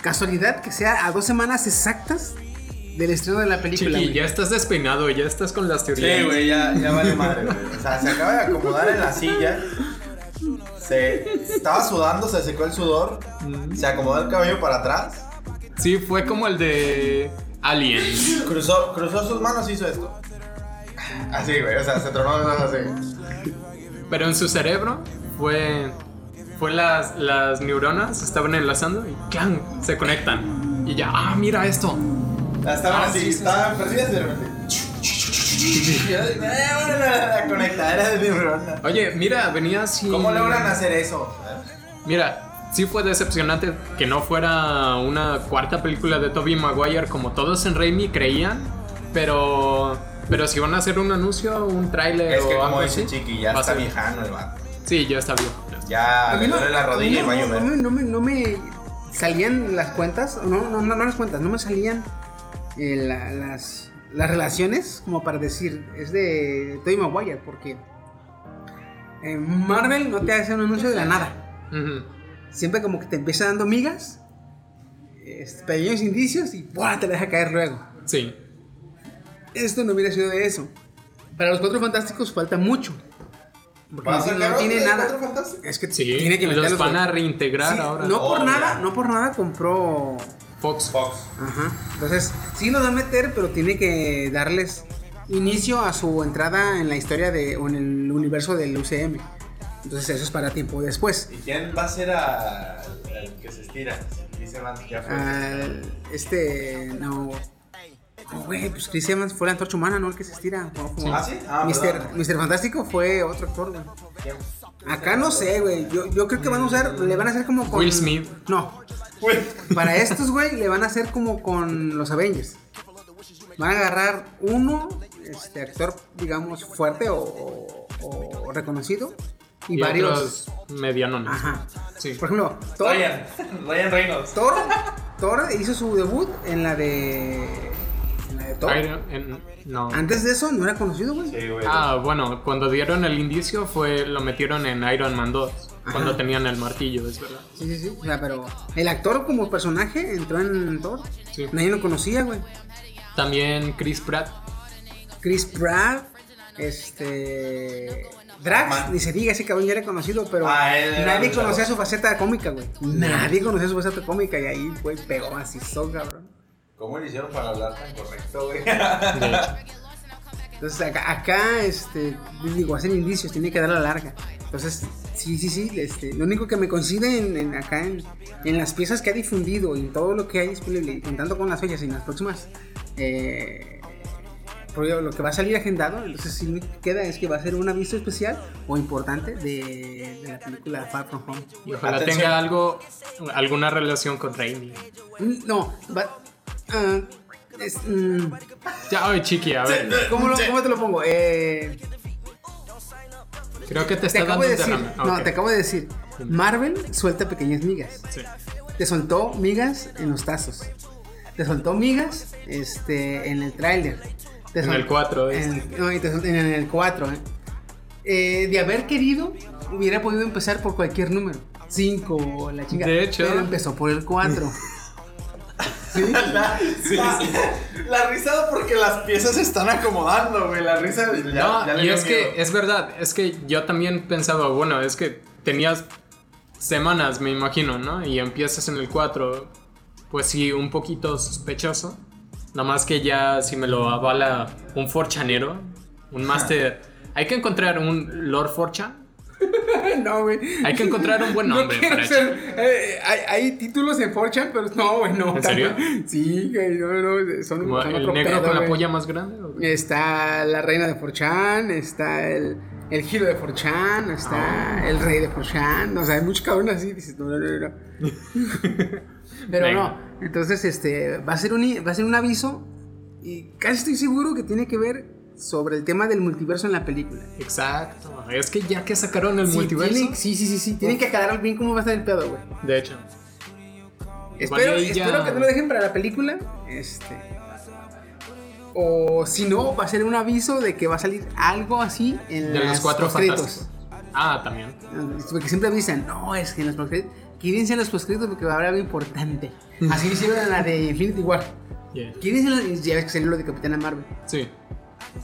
[SPEAKER 5] Casualidad que sea a dos semanas exactas del estreno de la película.
[SPEAKER 2] Chiqui,
[SPEAKER 5] güey.
[SPEAKER 2] ya estás despeinado, ya estás con las teorías.
[SPEAKER 6] Sí, güey, ya, ya vale madre, güey. O sea, se acaba de acomodar en la silla. Se estaba sudando, se secó el sudor. Se acomodó el cabello para atrás.
[SPEAKER 2] Sí, fue como el de Alien.
[SPEAKER 6] Cruzó, cruzó sus manos y hizo esto. Así, güey. O sea, se tronó las manos así.
[SPEAKER 2] Pero en su cerebro fue. Fue las, las neuronas, se estaban enlazando y ¡clan! se conectan. Y ya, ah, mira esto.
[SPEAKER 6] La estaban
[SPEAKER 2] Ah,
[SPEAKER 6] así,
[SPEAKER 2] sí, sí,
[SPEAKER 6] estaban perdidas y de repente. Y yo digo, "Eh, bueno, la, la conectadera de neurona.
[SPEAKER 2] Oye, mira, venía sin.
[SPEAKER 6] ¿Cómo logran hacer eso?
[SPEAKER 2] Mira, sí fue decepcionante que no fuera una cuarta película de Tobey Maguire como todos en Raimi creían, pero. Pero si van a hacer un anuncio, un tráiler
[SPEAKER 6] Es que
[SPEAKER 2] o
[SPEAKER 6] como
[SPEAKER 2] algo
[SPEAKER 6] dice
[SPEAKER 2] así,
[SPEAKER 6] Chiqui, ya
[SPEAKER 2] va a
[SPEAKER 6] está
[SPEAKER 2] ser-
[SPEAKER 6] viejano el vato.
[SPEAKER 2] Sí, ya está bien.
[SPEAKER 6] Ya
[SPEAKER 5] A mí
[SPEAKER 6] le
[SPEAKER 5] no-
[SPEAKER 6] duele la rodilla y
[SPEAKER 5] no,
[SPEAKER 6] va a
[SPEAKER 5] no,
[SPEAKER 6] llover.
[SPEAKER 5] no, no me, no me salían las cuentas. No, no, no, no las cuentas. No me salían eh, la- las, las relaciones como para decir. Es de Toy Maguire, porque. eh, Marvel no te hace un anuncio de la nada.
[SPEAKER 2] Ujú.
[SPEAKER 5] Siempre como que te empieza dando migas, este, pequeños indicios y ¡buah! te la deja caer luego.
[SPEAKER 2] Sí.
[SPEAKER 5] Esto no hubiera sido de eso. Para los cuatro fantásticos falta mucho. Porque
[SPEAKER 3] ¿Va a
[SPEAKER 5] no, tiene-
[SPEAKER 3] sacar
[SPEAKER 5] no
[SPEAKER 3] otro
[SPEAKER 5] tiene
[SPEAKER 3] de
[SPEAKER 5] nada.
[SPEAKER 3] Cuatro Fantásticos?
[SPEAKER 5] Es que
[SPEAKER 2] Sí.
[SPEAKER 5] tiene que
[SPEAKER 2] los
[SPEAKER 5] meterlos
[SPEAKER 2] van a
[SPEAKER 5] ahí.
[SPEAKER 2] reintegrar
[SPEAKER 5] Sí,
[SPEAKER 2] ahora.
[SPEAKER 5] No por
[SPEAKER 3] Oh,
[SPEAKER 5] nada,
[SPEAKER 3] ya.
[SPEAKER 5] no por nada compró
[SPEAKER 2] Fox.
[SPEAKER 3] Fox.
[SPEAKER 5] Ajá. Entonces, sí los va a meter, pero tiene que darles inicio a su entrada en la historia de, o en el universo del UCM. Entonces, eso es para tiempo después.
[SPEAKER 6] ¿Y quién va a ser a- al que se estira? Dice Vance, ya fue.
[SPEAKER 5] Al- este. No. no, Güey, pues Chris Evans fue la antorcha humana, ¿no? El que se estira. ¿no? Como-
[SPEAKER 6] Ah, sí. Ah,
[SPEAKER 5] Mister,
[SPEAKER 6] perdón.
[SPEAKER 5] Mister Fantástico fue otro actor, güey.
[SPEAKER 6] ¿Quién?
[SPEAKER 5] Acá no sé, güey. Yo, yo creo que van a usar. Le van a hacer como con.
[SPEAKER 2] Will Smith.
[SPEAKER 5] No.
[SPEAKER 3] Güey.
[SPEAKER 5] Para estos, güey, le van a hacer como con los Avengers. Van a agarrar uno, este actor, digamos, fuerte o, o- o reconocido. Y,
[SPEAKER 2] Y,
[SPEAKER 5] varios.
[SPEAKER 2] otros medianones.
[SPEAKER 5] Ajá.
[SPEAKER 2] Sí.
[SPEAKER 5] Por ejemplo, Thor,
[SPEAKER 6] Ryan. Ryan Reynolds.
[SPEAKER 5] Thor, Thor hizo su debut en la de. En la de Thor.
[SPEAKER 2] Iron- en- no.
[SPEAKER 5] Antes de eso no era conocido, güey.
[SPEAKER 6] Sí, güey.
[SPEAKER 2] Ah, bueno, cuando dieron el indicio fue lo metieron en Iron Man 2, cuando tenían el martillo, es verdad.
[SPEAKER 5] Sí, sí, sí. O sea, pero el actor como personaje entró en Thor.
[SPEAKER 2] Sí.
[SPEAKER 5] Nadie lo conocía, güey.
[SPEAKER 2] También Chris Pratt.
[SPEAKER 5] Chris Pratt, este. Drax,
[SPEAKER 6] Man.
[SPEAKER 5] ni se diga, ese cabrón ya era conocido, pero
[SPEAKER 6] Ah, él era
[SPEAKER 5] nadie
[SPEAKER 6] luchador.
[SPEAKER 5] conocía su faceta cómica, güey. Nadie conocía su faceta cómica y ahí, güey, pegó así, son, cabrón.
[SPEAKER 6] ¿Cómo lo hicieron para hablar tan correcto, güey?
[SPEAKER 2] de hecho.
[SPEAKER 5] Entonces acá, acá, este, digo, hacen indicios, tiene que dar la larga. Entonces, sí, sí, sí, este, lo único que me coincide en, en- acá en, en las piezas que ha difundido y en todo lo que hay disponible, en tanto con las fechas y en las próximas, eh, por ejemplo, lo que va a salir agendado, entonces sí me queda es que va a ser un aviso especial o importante de, de la película Far From Home.
[SPEAKER 2] Y ojalá
[SPEAKER 6] Atención.
[SPEAKER 2] tenga algo, alguna relación con Raimi.
[SPEAKER 5] Mm, No, va... ah, es, mm,
[SPEAKER 2] Ya, oye, Chiqui, a ver.
[SPEAKER 5] ¿cómo, lo- ¿Cómo te lo pongo? Eh...
[SPEAKER 2] Creo que te
[SPEAKER 5] Te
[SPEAKER 2] está
[SPEAKER 5] acabo
[SPEAKER 2] dando
[SPEAKER 5] de
[SPEAKER 2] un
[SPEAKER 5] decir,
[SPEAKER 2] derrame. Ah,
[SPEAKER 5] no,
[SPEAKER 2] ok.
[SPEAKER 5] te acabo de decir, Marvel suelta pequeñas migas.
[SPEAKER 2] Sí.
[SPEAKER 5] Te soltó migas en los tazos. Te soltó migas este, en el tráiler. Te
[SPEAKER 2] En
[SPEAKER 5] sol-
[SPEAKER 2] el 4.
[SPEAKER 5] En, no, y te sol- en el 4. eh. Eh, de haber querido, hubiera podido empezar por cualquier número. 5 o la chica.
[SPEAKER 2] De hecho.
[SPEAKER 5] Pero empezó por el 4.
[SPEAKER 3] La, la- la risa porque las piezas se están acomodando, güey. La risa. de- ya-
[SPEAKER 2] No,
[SPEAKER 3] ya le
[SPEAKER 2] y
[SPEAKER 3] dio
[SPEAKER 2] es
[SPEAKER 3] miedo.
[SPEAKER 2] que eh, es verdad, es que yo también pensaba, bueno, es que tenías semanas, me imagino, ¿no? Y empiezas en el 4, pues sí, un poquito sospechoso. Nada más que ya si me lo avala un forchanero, un máster, hay que encontrar un Lord Forchan.
[SPEAKER 5] no, güey.
[SPEAKER 2] Hay que encontrar un buen nombre
[SPEAKER 5] No quiero
[SPEAKER 2] para
[SPEAKER 5] ser- eh, hay, hay títulos en 4 pero no, güey, no.
[SPEAKER 2] ¿En serio?
[SPEAKER 5] Sí, güey, no, no, son,
[SPEAKER 2] Como
[SPEAKER 5] son
[SPEAKER 2] el
[SPEAKER 5] otro
[SPEAKER 2] negro
[SPEAKER 5] pedo,
[SPEAKER 2] con la
[SPEAKER 5] güey.
[SPEAKER 2] polla más grande. ¿o qué?
[SPEAKER 5] Está la reina de Forchan, está el, el giro de Forchan, está
[SPEAKER 2] Ah.
[SPEAKER 5] el rey de Forchan, o sea, hay muchos cabrones así, dices, no, no, no, no. Pero
[SPEAKER 2] Venga.
[SPEAKER 5] no, entonces este, va, a ser un, i- va a ser un aviso y casi estoy seguro que tiene que ver sobre el tema del multiverso en la película.
[SPEAKER 2] Exacto. Es que ya que sacaron el
[SPEAKER 5] Sí,
[SPEAKER 2] multiverso,
[SPEAKER 5] tienen- sí, sí, sí, sí, tienen que aclarar bien cómo va a estar el pedo, güey.
[SPEAKER 2] de hecho. Igual
[SPEAKER 5] Espero,
[SPEAKER 2] ahí ya-
[SPEAKER 5] espero que no lo dejen para la película. Este. O si no, va a ser un aviso de que va a salir algo así en
[SPEAKER 2] De los
[SPEAKER 5] las
[SPEAKER 2] cuatro
[SPEAKER 5] postcréditos.
[SPEAKER 2] fantásticos. Ah, también.
[SPEAKER 5] Porque siempre avisan, no, es que en los postcréditos. Quídense en los postcréditos porque va a haber algo importante. Así lo hicieron en la de Infinity War.
[SPEAKER 2] Yeah.
[SPEAKER 5] Quídense en los. Ya ves que salió lo de Capitana Marvel.
[SPEAKER 2] Sí.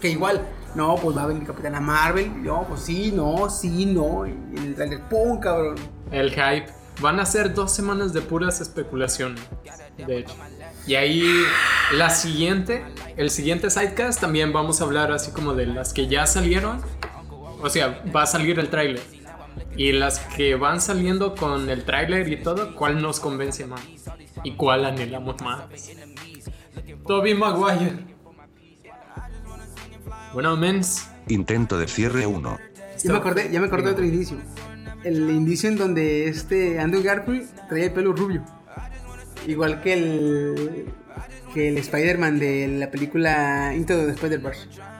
[SPEAKER 5] Que igual, no, pues va a venir Capitana Marvel. No, pues sí, no, sí, no. Y en el trailer, ¡pum, cabrón!
[SPEAKER 2] El hype. Van a ser dos semanas de puras especulaciones. De hecho. Y ahí la siguiente, el siguiente sidecast también vamos a hablar así como de las que ya salieron. O sea, va a salir el tráiler. Y las que van saliendo con el tráiler y todo, ¿cuál nos convence más? ¿Y cuál anhelamos más? Toby Maguire. Bueno, mens.
[SPEAKER 4] Intento de cierre 1.
[SPEAKER 5] Ya me acordé, ya me acordé de otro indicio. El indicio en donde este Andrew Garfield traía el pelo rubio. Igual que el que el Spider-Man de la película Into the Spider-Verse. Ya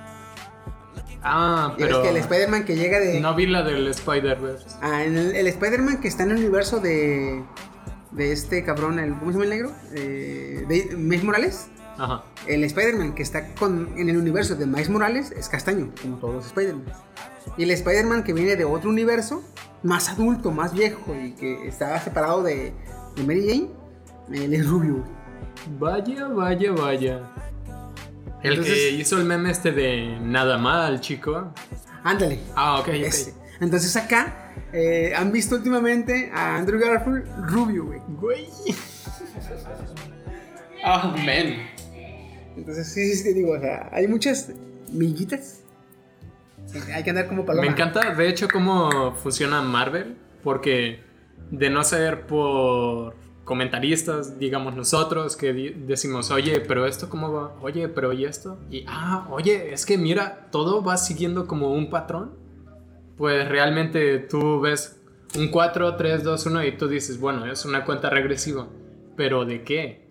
[SPEAKER 2] Ah,
[SPEAKER 5] ves
[SPEAKER 2] pero
[SPEAKER 5] que el Spider-Man que llega de
[SPEAKER 2] no vi la del Spider-Verse.
[SPEAKER 5] Ah, en el, el Spider-Man que está en el universo de de este cabrón, el ¿cómo se llama el negro? Eh, de Miles Morales.
[SPEAKER 2] Ajá.
[SPEAKER 5] El Spider-Man que está con, en el universo de Miles Morales es castaño, como todos los Spider-Man. Y el Spider-Man que viene de otro universo, más adulto, más viejo y que estaba separado de, de Mary Jane, él es rubio. güey.
[SPEAKER 2] Vaya, vaya, vaya. El que
[SPEAKER 5] Entonces-
[SPEAKER 2] hizo el meme este de nada mal, chico.
[SPEAKER 5] Ándale.
[SPEAKER 2] Ah, ok, ok.
[SPEAKER 5] Ese. Entonces acá eh, han visto últimamente a Andrew Garfield rubio, güey.
[SPEAKER 2] Güey. Ah, men.
[SPEAKER 5] Entonces sí, sí, te digo, o sea, hay muchas miguitas. Hay que andar como paloma.
[SPEAKER 2] Me encanta, de hecho, cómo funciona Marvel, porque de no ser por comentaristas, digamos nosotros, que di- decimos, oye, pero esto cómo va, oye, pero y esto, y ah, oye, es que mira, todo va siguiendo como un patrón, pues realmente tú ves un 4, 3, 2, 1 y tú dices, bueno, es una cuenta regresiva, pero ¿de qué?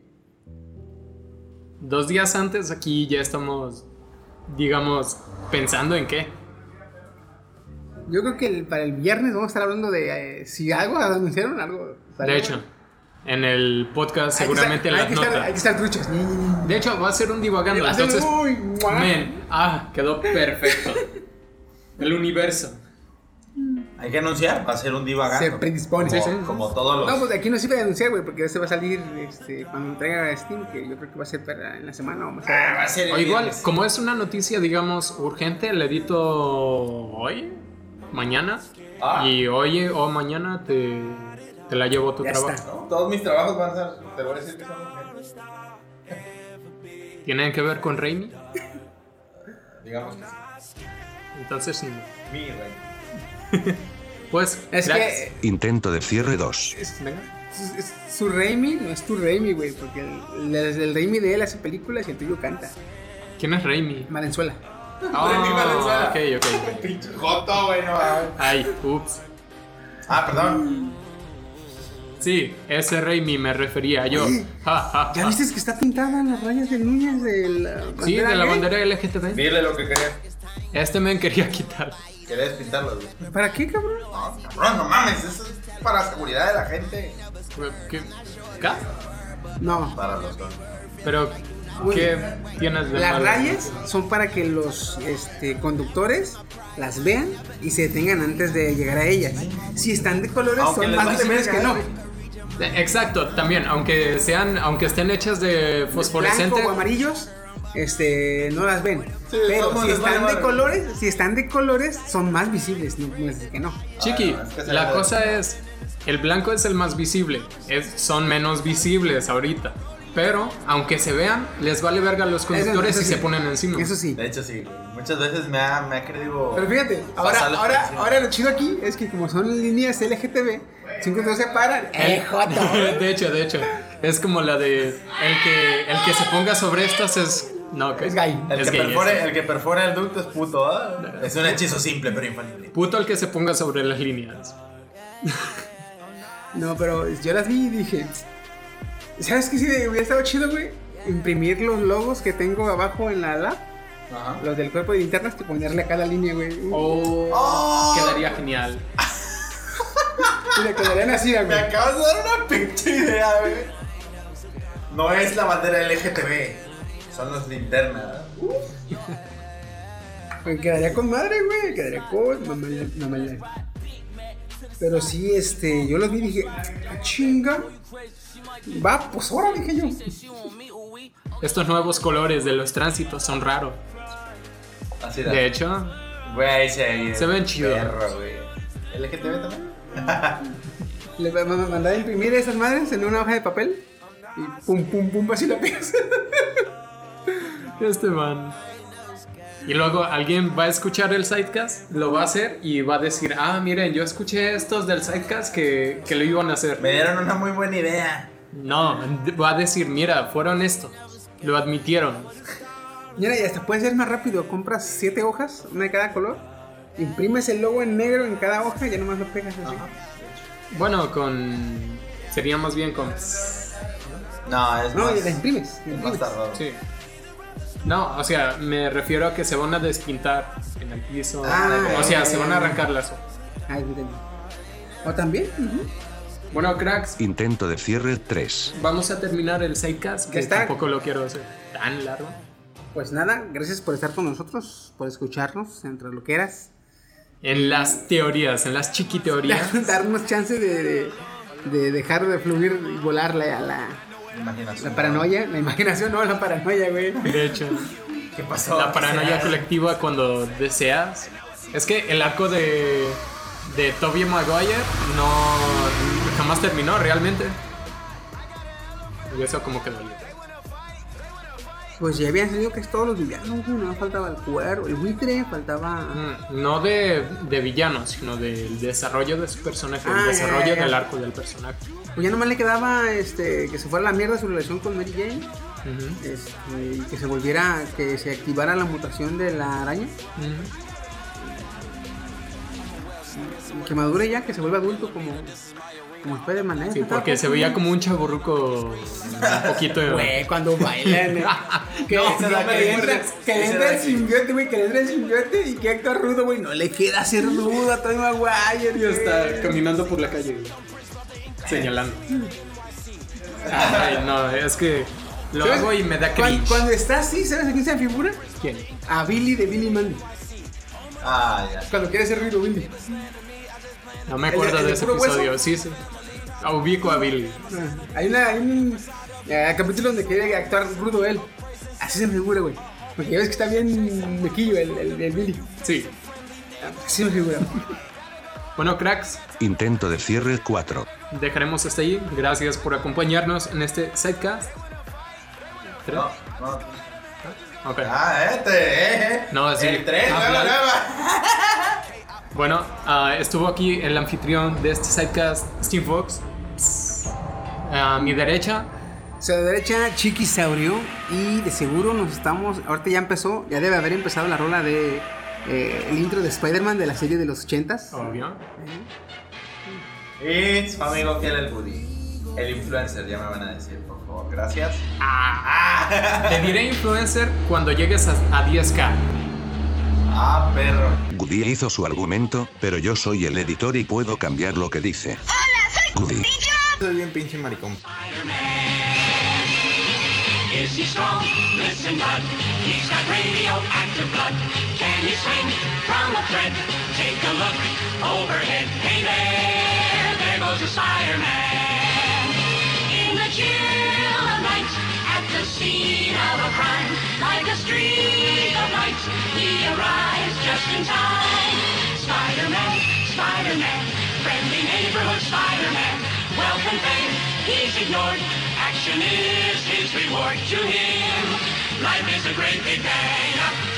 [SPEAKER 2] Dos días antes aquí ya estamos, digamos, pensando en qué.
[SPEAKER 5] Yo creo que el- para el viernes vamos a estar hablando de eh, si algo anunciaron, algo. salió.
[SPEAKER 2] De hecho, en el podcast
[SPEAKER 5] Hay que
[SPEAKER 2] seguramente
[SPEAKER 5] estar-
[SPEAKER 2] las
[SPEAKER 5] hay que
[SPEAKER 2] notas.
[SPEAKER 5] estar- hay que estar truchos.
[SPEAKER 2] De hecho, va a ser un divagando.
[SPEAKER 5] Va a ser
[SPEAKER 2] Entonces,
[SPEAKER 5] muy- ¡mua!
[SPEAKER 2] men, ah, quedó perfecto. El universo.
[SPEAKER 6] Hay que anunciar, va a ser un
[SPEAKER 5] Se
[SPEAKER 6] divagando.
[SPEAKER 5] predispone.
[SPEAKER 6] Como,
[SPEAKER 5] Sí, sí.
[SPEAKER 6] como todos los.
[SPEAKER 5] No, pues aquí no sirve de anunciar, güey, porque se va a salir este, cuando traigan a Steam, que yo creo que va a ser para en la semana o más
[SPEAKER 6] Ah, va
[SPEAKER 5] tarde.
[SPEAKER 6] a ser el
[SPEAKER 2] O igual,
[SPEAKER 6] viernes.
[SPEAKER 2] como es una noticia, digamos, urgente, la edito hoy, mañana.
[SPEAKER 6] Ah.
[SPEAKER 2] Y hoy o mañana te, te la llevo a tu
[SPEAKER 5] Ya
[SPEAKER 2] trabajo.
[SPEAKER 5] está.
[SPEAKER 6] ¿no? Todos mis trabajos van a ser. Te voy a decir que son urgentes.
[SPEAKER 2] ¿Tienen que ver con Raimi?
[SPEAKER 6] Digamos que sí.
[SPEAKER 2] Entonces, no.
[SPEAKER 6] Mi rey.
[SPEAKER 2] pues,
[SPEAKER 5] Es
[SPEAKER 2] gracias.
[SPEAKER 4] Intento de cierre 2.
[SPEAKER 2] Venga.
[SPEAKER 5] Es- es- Su Raimi no es tu Raimi, güey, porque el, el- el Raimi de él hace películas y el tuyo canta.
[SPEAKER 2] ¿Quién es Raimi?
[SPEAKER 5] Valenzuela.
[SPEAKER 3] Raimi Valenzuela.
[SPEAKER 2] Ah, ok, ok.
[SPEAKER 3] Pinche Joto, güey, no mames.
[SPEAKER 2] Ay, ups.
[SPEAKER 3] Ah, perdón.
[SPEAKER 2] Sí, ese Raimi me refería yo. Ja, ja,
[SPEAKER 5] ¿Ya
[SPEAKER 2] ja.
[SPEAKER 5] viste que está pintada en las rayas de Núñez de la
[SPEAKER 2] Sí, de la
[SPEAKER 5] gay?
[SPEAKER 2] bandera LGTB.
[SPEAKER 6] Dile lo que querías.
[SPEAKER 2] Este men quería quitar.
[SPEAKER 6] Querías pintarlo, güey.
[SPEAKER 5] ¿Para qué, cabrón?
[SPEAKER 6] No, cabrón, no mames. Eso es para la seguridad de la gente.
[SPEAKER 2] ¿Qué? ¿Ca?
[SPEAKER 5] No.
[SPEAKER 6] Para los dos.
[SPEAKER 2] Pero, ¿qué tienes de
[SPEAKER 5] Las
[SPEAKER 2] malo?
[SPEAKER 5] rayas son para que los este, conductores las vean y se detengan antes de llegar a ellas. Si están de colores,
[SPEAKER 2] Ah,
[SPEAKER 6] Aunque
[SPEAKER 5] son
[SPEAKER 6] les
[SPEAKER 5] más
[SPEAKER 6] vale
[SPEAKER 5] visibles que no.
[SPEAKER 6] verga,
[SPEAKER 2] Eh, Exacto, también, aunque sean, aunque estén hechas de fosforescente.
[SPEAKER 5] Blanco o amarillos, este, no las ven.
[SPEAKER 6] Sí,
[SPEAKER 5] Pero
[SPEAKER 6] somos
[SPEAKER 5] si
[SPEAKER 6] les
[SPEAKER 5] están
[SPEAKER 6] vale
[SPEAKER 5] de
[SPEAKER 6] verga.
[SPEAKER 5] colores, si están de colores, son más visibles, no, no es que no.
[SPEAKER 2] Chiqui,
[SPEAKER 6] Ah, es que se
[SPEAKER 2] la
[SPEAKER 6] ve.
[SPEAKER 2] cosa es, el blanco es el más visible, es- son menos visibles ahorita. Pero, aunque se vean, les vale verga a los conductores
[SPEAKER 5] eso
[SPEAKER 2] y se
[SPEAKER 5] sí.
[SPEAKER 2] ponen encima.
[SPEAKER 5] Eso sí.
[SPEAKER 6] De hecho, sí, güey. Muchas veces me ha, me ha creído.
[SPEAKER 5] Pero fíjate, ahora,
[SPEAKER 6] Pasarles por
[SPEAKER 5] ahora,
[SPEAKER 6] encima.
[SPEAKER 5] ahora lo chido aquí es que como son líneas LGTB, si encuentran se paran, ¡eh, joto!
[SPEAKER 2] de hecho, de hecho. Es como la de el que, el que se ponga sobre estas es. No, que
[SPEAKER 5] Es gay.
[SPEAKER 6] El
[SPEAKER 2] es
[SPEAKER 6] que,
[SPEAKER 2] gay,
[SPEAKER 6] perfore,
[SPEAKER 2] es-
[SPEAKER 6] el que perfore el ducto es puto, ¿ah? Es un hechizo simple pero infalible.
[SPEAKER 2] Puto el que se ponga sobre las líneas.
[SPEAKER 5] No, pero yo las vi y dije, ¿sabes qué? Si hubiera estado chido, güey, imprimir los logos que tengo abajo en la lab,
[SPEAKER 6] Ajá.
[SPEAKER 5] los del cuerpo de internas, y ponerle a cada línea, güey.
[SPEAKER 2] Oh, quedaría genial.
[SPEAKER 5] Y le quedarían así,
[SPEAKER 6] Me
[SPEAKER 5] güey.
[SPEAKER 6] acabas de dar una pinche idea, güey. No es la bandera LGTB, son las linternas. ¿ah?
[SPEAKER 5] Me Quedaría con madre, güey. me Quedaría con mamá, mamá. Pero sí, este, yo los vi y dije, "Ah, chinga. Va, pues ahora, dije yo.
[SPEAKER 2] Estos nuevos colores de los tránsitos son raros.
[SPEAKER 6] Así
[SPEAKER 2] De hecho,
[SPEAKER 6] Güey, se,
[SPEAKER 2] Se ven chido.
[SPEAKER 6] perro, güey. ¿LGTB también?
[SPEAKER 5] Le va- va- va- mandaba a imprimir esas madres en una hoja de papel y pum, pum, pum, así la pegas.
[SPEAKER 2] este man. Y luego alguien va a escuchar el sidecast, lo va a hacer y va a decir: Ah, miren, yo escuché estos del sidecast que, que lo iban a hacer.
[SPEAKER 6] Me dieron una muy buena idea.
[SPEAKER 2] No, va a decir: Mira, fueron estos. Lo admitieron.
[SPEAKER 5] Mira, y hasta puede ser más rápido. Compras siete hojas, una de cada color, imprimes el logo en negro en cada hoja y ya nomás lo pegas así.
[SPEAKER 2] Bueno, con. Sería más bien con. Sí.
[SPEAKER 6] No, es
[SPEAKER 5] No,
[SPEAKER 6] más,
[SPEAKER 5] y la imprimes. la
[SPEAKER 6] es más
[SPEAKER 5] imprimes.
[SPEAKER 6] tardado.
[SPEAKER 2] No, o sea, me refiero a que se van a despintar en el piso.
[SPEAKER 5] Ah,
[SPEAKER 2] o sea,
[SPEAKER 5] ok.
[SPEAKER 2] se van a arrancar las hojas.
[SPEAKER 5] Ah, entendí. O también, ujú,
[SPEAKER 2] Bueno, cracks,
[SPEAKER 4] Intento de cierre 3.
[SPEAKER 2] vamos a terminar el sidecast, que
[SPEAKER 5] Ya está.
[SPEAKER 2] tampoco lo quiero hacer tan largo.
[SPEAKER 5] pues nada, gracias por estar con nosotros, por escucharnos entre lo que eras.
[SPEAKER 2] En las teorías, en las chiquiteorías.
[SPEAKER 5] darnos chance de, de- de dejar de fluir y volar la, la,
[SPEAKER 6] Imaginación.
[SPEAKER 5] la paranoia, la imaginación, no, la paranoia, güey.
[SPEAKER 2] De hecho,
[SPEAKER 6] ¿Qué pasó?
[SPEAKER 2] la paranoia colectiva cuando deseas. Es que el arco de. de Tobey Maguire no. jamás terminó realmente. Y eso como que dolió.
[SPEAKER 5] Pues ya habían salido que es todos los villanos, güey, no faltaba el cuervo, el buitre, faltaba...
[SPEAKER 2] Mm, No de, de villano, sino del desarrollo de su personaje,
[SPEAKER 5] Ah,
[SPEAKER 2] el
[SPEAKER 5] ya,
[SPEAKER 2] desarrollo
[SPEAKER 5] ya, ya.
[SPEAKER 2] del arco del personaje.
[SPEAKER 5] Pues ya nomás le quedaba este, que se fuera a la mierda su relación con Mary Jane,
[SPEAKER 2] Ujú,
[SPEAKER 5] este, y que se volviera, que se activara la mutación de la araña,
[SPEAKER 2] ujú.
[SPEAKER 5] que madure ya, que se vuelva adulto como, como Spider-Man. ¿eh?
[SPEAKER 2] Sí, porque se veía como un chaburruco un poquito
[SPEAKER 5] Güey, cuando bailan. eh. que
[SPEAKER 2] No,
[SPEAKER 5] que
[SPEAKER 2] se la
[SPEAKER 5] le
[SPEAKER 2] que
[SPEAKER 5] entra,
[SPEAKER 2] mueres.
[SPEAKER 5] que le
[SPEAKER 6] Esa
[SPEAKER 5] entra
[SPEAKER 6] era
[SPEAKER 5] el
[SPEAKER 6] que-
[SPEAKER 5] simbiote, güey, que le entra el simbiote y que actúa rudo, güey. No le queda ser rudo a Tobey Maguire.
[SPEAKER 2] Y
[SPEAKER 5] güey.
[SPEAKER 2] está caminando por la calle, güey, Señalando. Ay, no, es que lo
[SPEAKER 5] ¿Sabes?
[SPEAKER 2] hago y me da
[SPEAKER 5] Cuan- Cuando,
[SPEAKER 2] cringe.
[SPEAKER 5] está así, ¿sabes a quién se me figura?
[SPEAKER 2] ¿Quién?
[SPEAKER 5] A Billy de Billy Mandy.
[SPEAKER 6] Ah, ya.
[SPEAKER 5] Cuando quiere ser rudo, Billy.
[SPEAKER 2] No me
[SPEAKER 5] ¿El de-
[SPEAKER 2] acuerdo
[SPEAKER 5] el
[SPEAKER 2] de
[SPEAKER 5] de
[SPEAKER 2] ese
[SPEAKER 5] puro hueso?
[SPEAKER 2] episodio. Sí, sí. Ah, Ubico a Billy.
[SPEAKER 5] Ah, Hay, una, hay un eh, capítulo donde quiere actuar rudo él. Así se me figura, güey. Porque ya ves que está bien mequillo el, el, el Billy.
[SPEAKER 2] Sí.
[SPEAKER 5] Así me figura.
[SPEAKER 2] Bueno, cracks,
[SPEAKER 4] Intento de cierre 4.
[SPEAKER 2] dejaremos hasta ahí. Gracias por acompañarnos en este sidecast. ¿Tres?
[SPEAKER 6] No, no.
[SPEAKER 2] Ok.
[SPEAKER 6] Ah, este, eh.
[SPEAKER 2] No, sí.
[SPEAKER 6] El 3,
[SPEAKER 2] Ah,
[SPEAKER 6] nueva,
[SPEAKER 2] claro.
[SPEAKER 6] nueva.
[SPEAKER 2] Bueno, ah, estuvo aquí el anfitrión de este sidecast, Steve Fox. A mi derecha,
[SPEAKER 5] O sea, de derecha Chiqui se abrió y de seguro nos estamos. Ahorita ya empezó, ya debe haber empezado la rola de. eh, el intro de Spider-Man de la serie de los 80s.
[SPEAKER 2] obvio.
[SPEAKER 6] Y su amigo fiel el Buddy. El influencer, ya me van a decir, por favor. Gracias.
[SPEAKER 2] Te diré influencer cuando llegues a, a 10k.
[SPEAKER 6] Ah, perro.
[SPEAKER 4] Goody hizo su argumento, pero yo soy el editor y puedo cambiar lo que dice. Goody.
[SPEAKER 7] Soy bien pinche maricón.
[SPEAKER 8] Is he strong? Listen, bud. He's got radioactive blood. Can he swing from a thread? Take a look overhead. Hey there, there goes a fireman. In the chill of night, at the scene of a crime, like a streak of light, he arrives just in time. Spider-Man, Spider-Man, friendly neighborhood Spider-Man. Wealth and fame, he's ignored. Action is his reward to him. Life is a great big bang.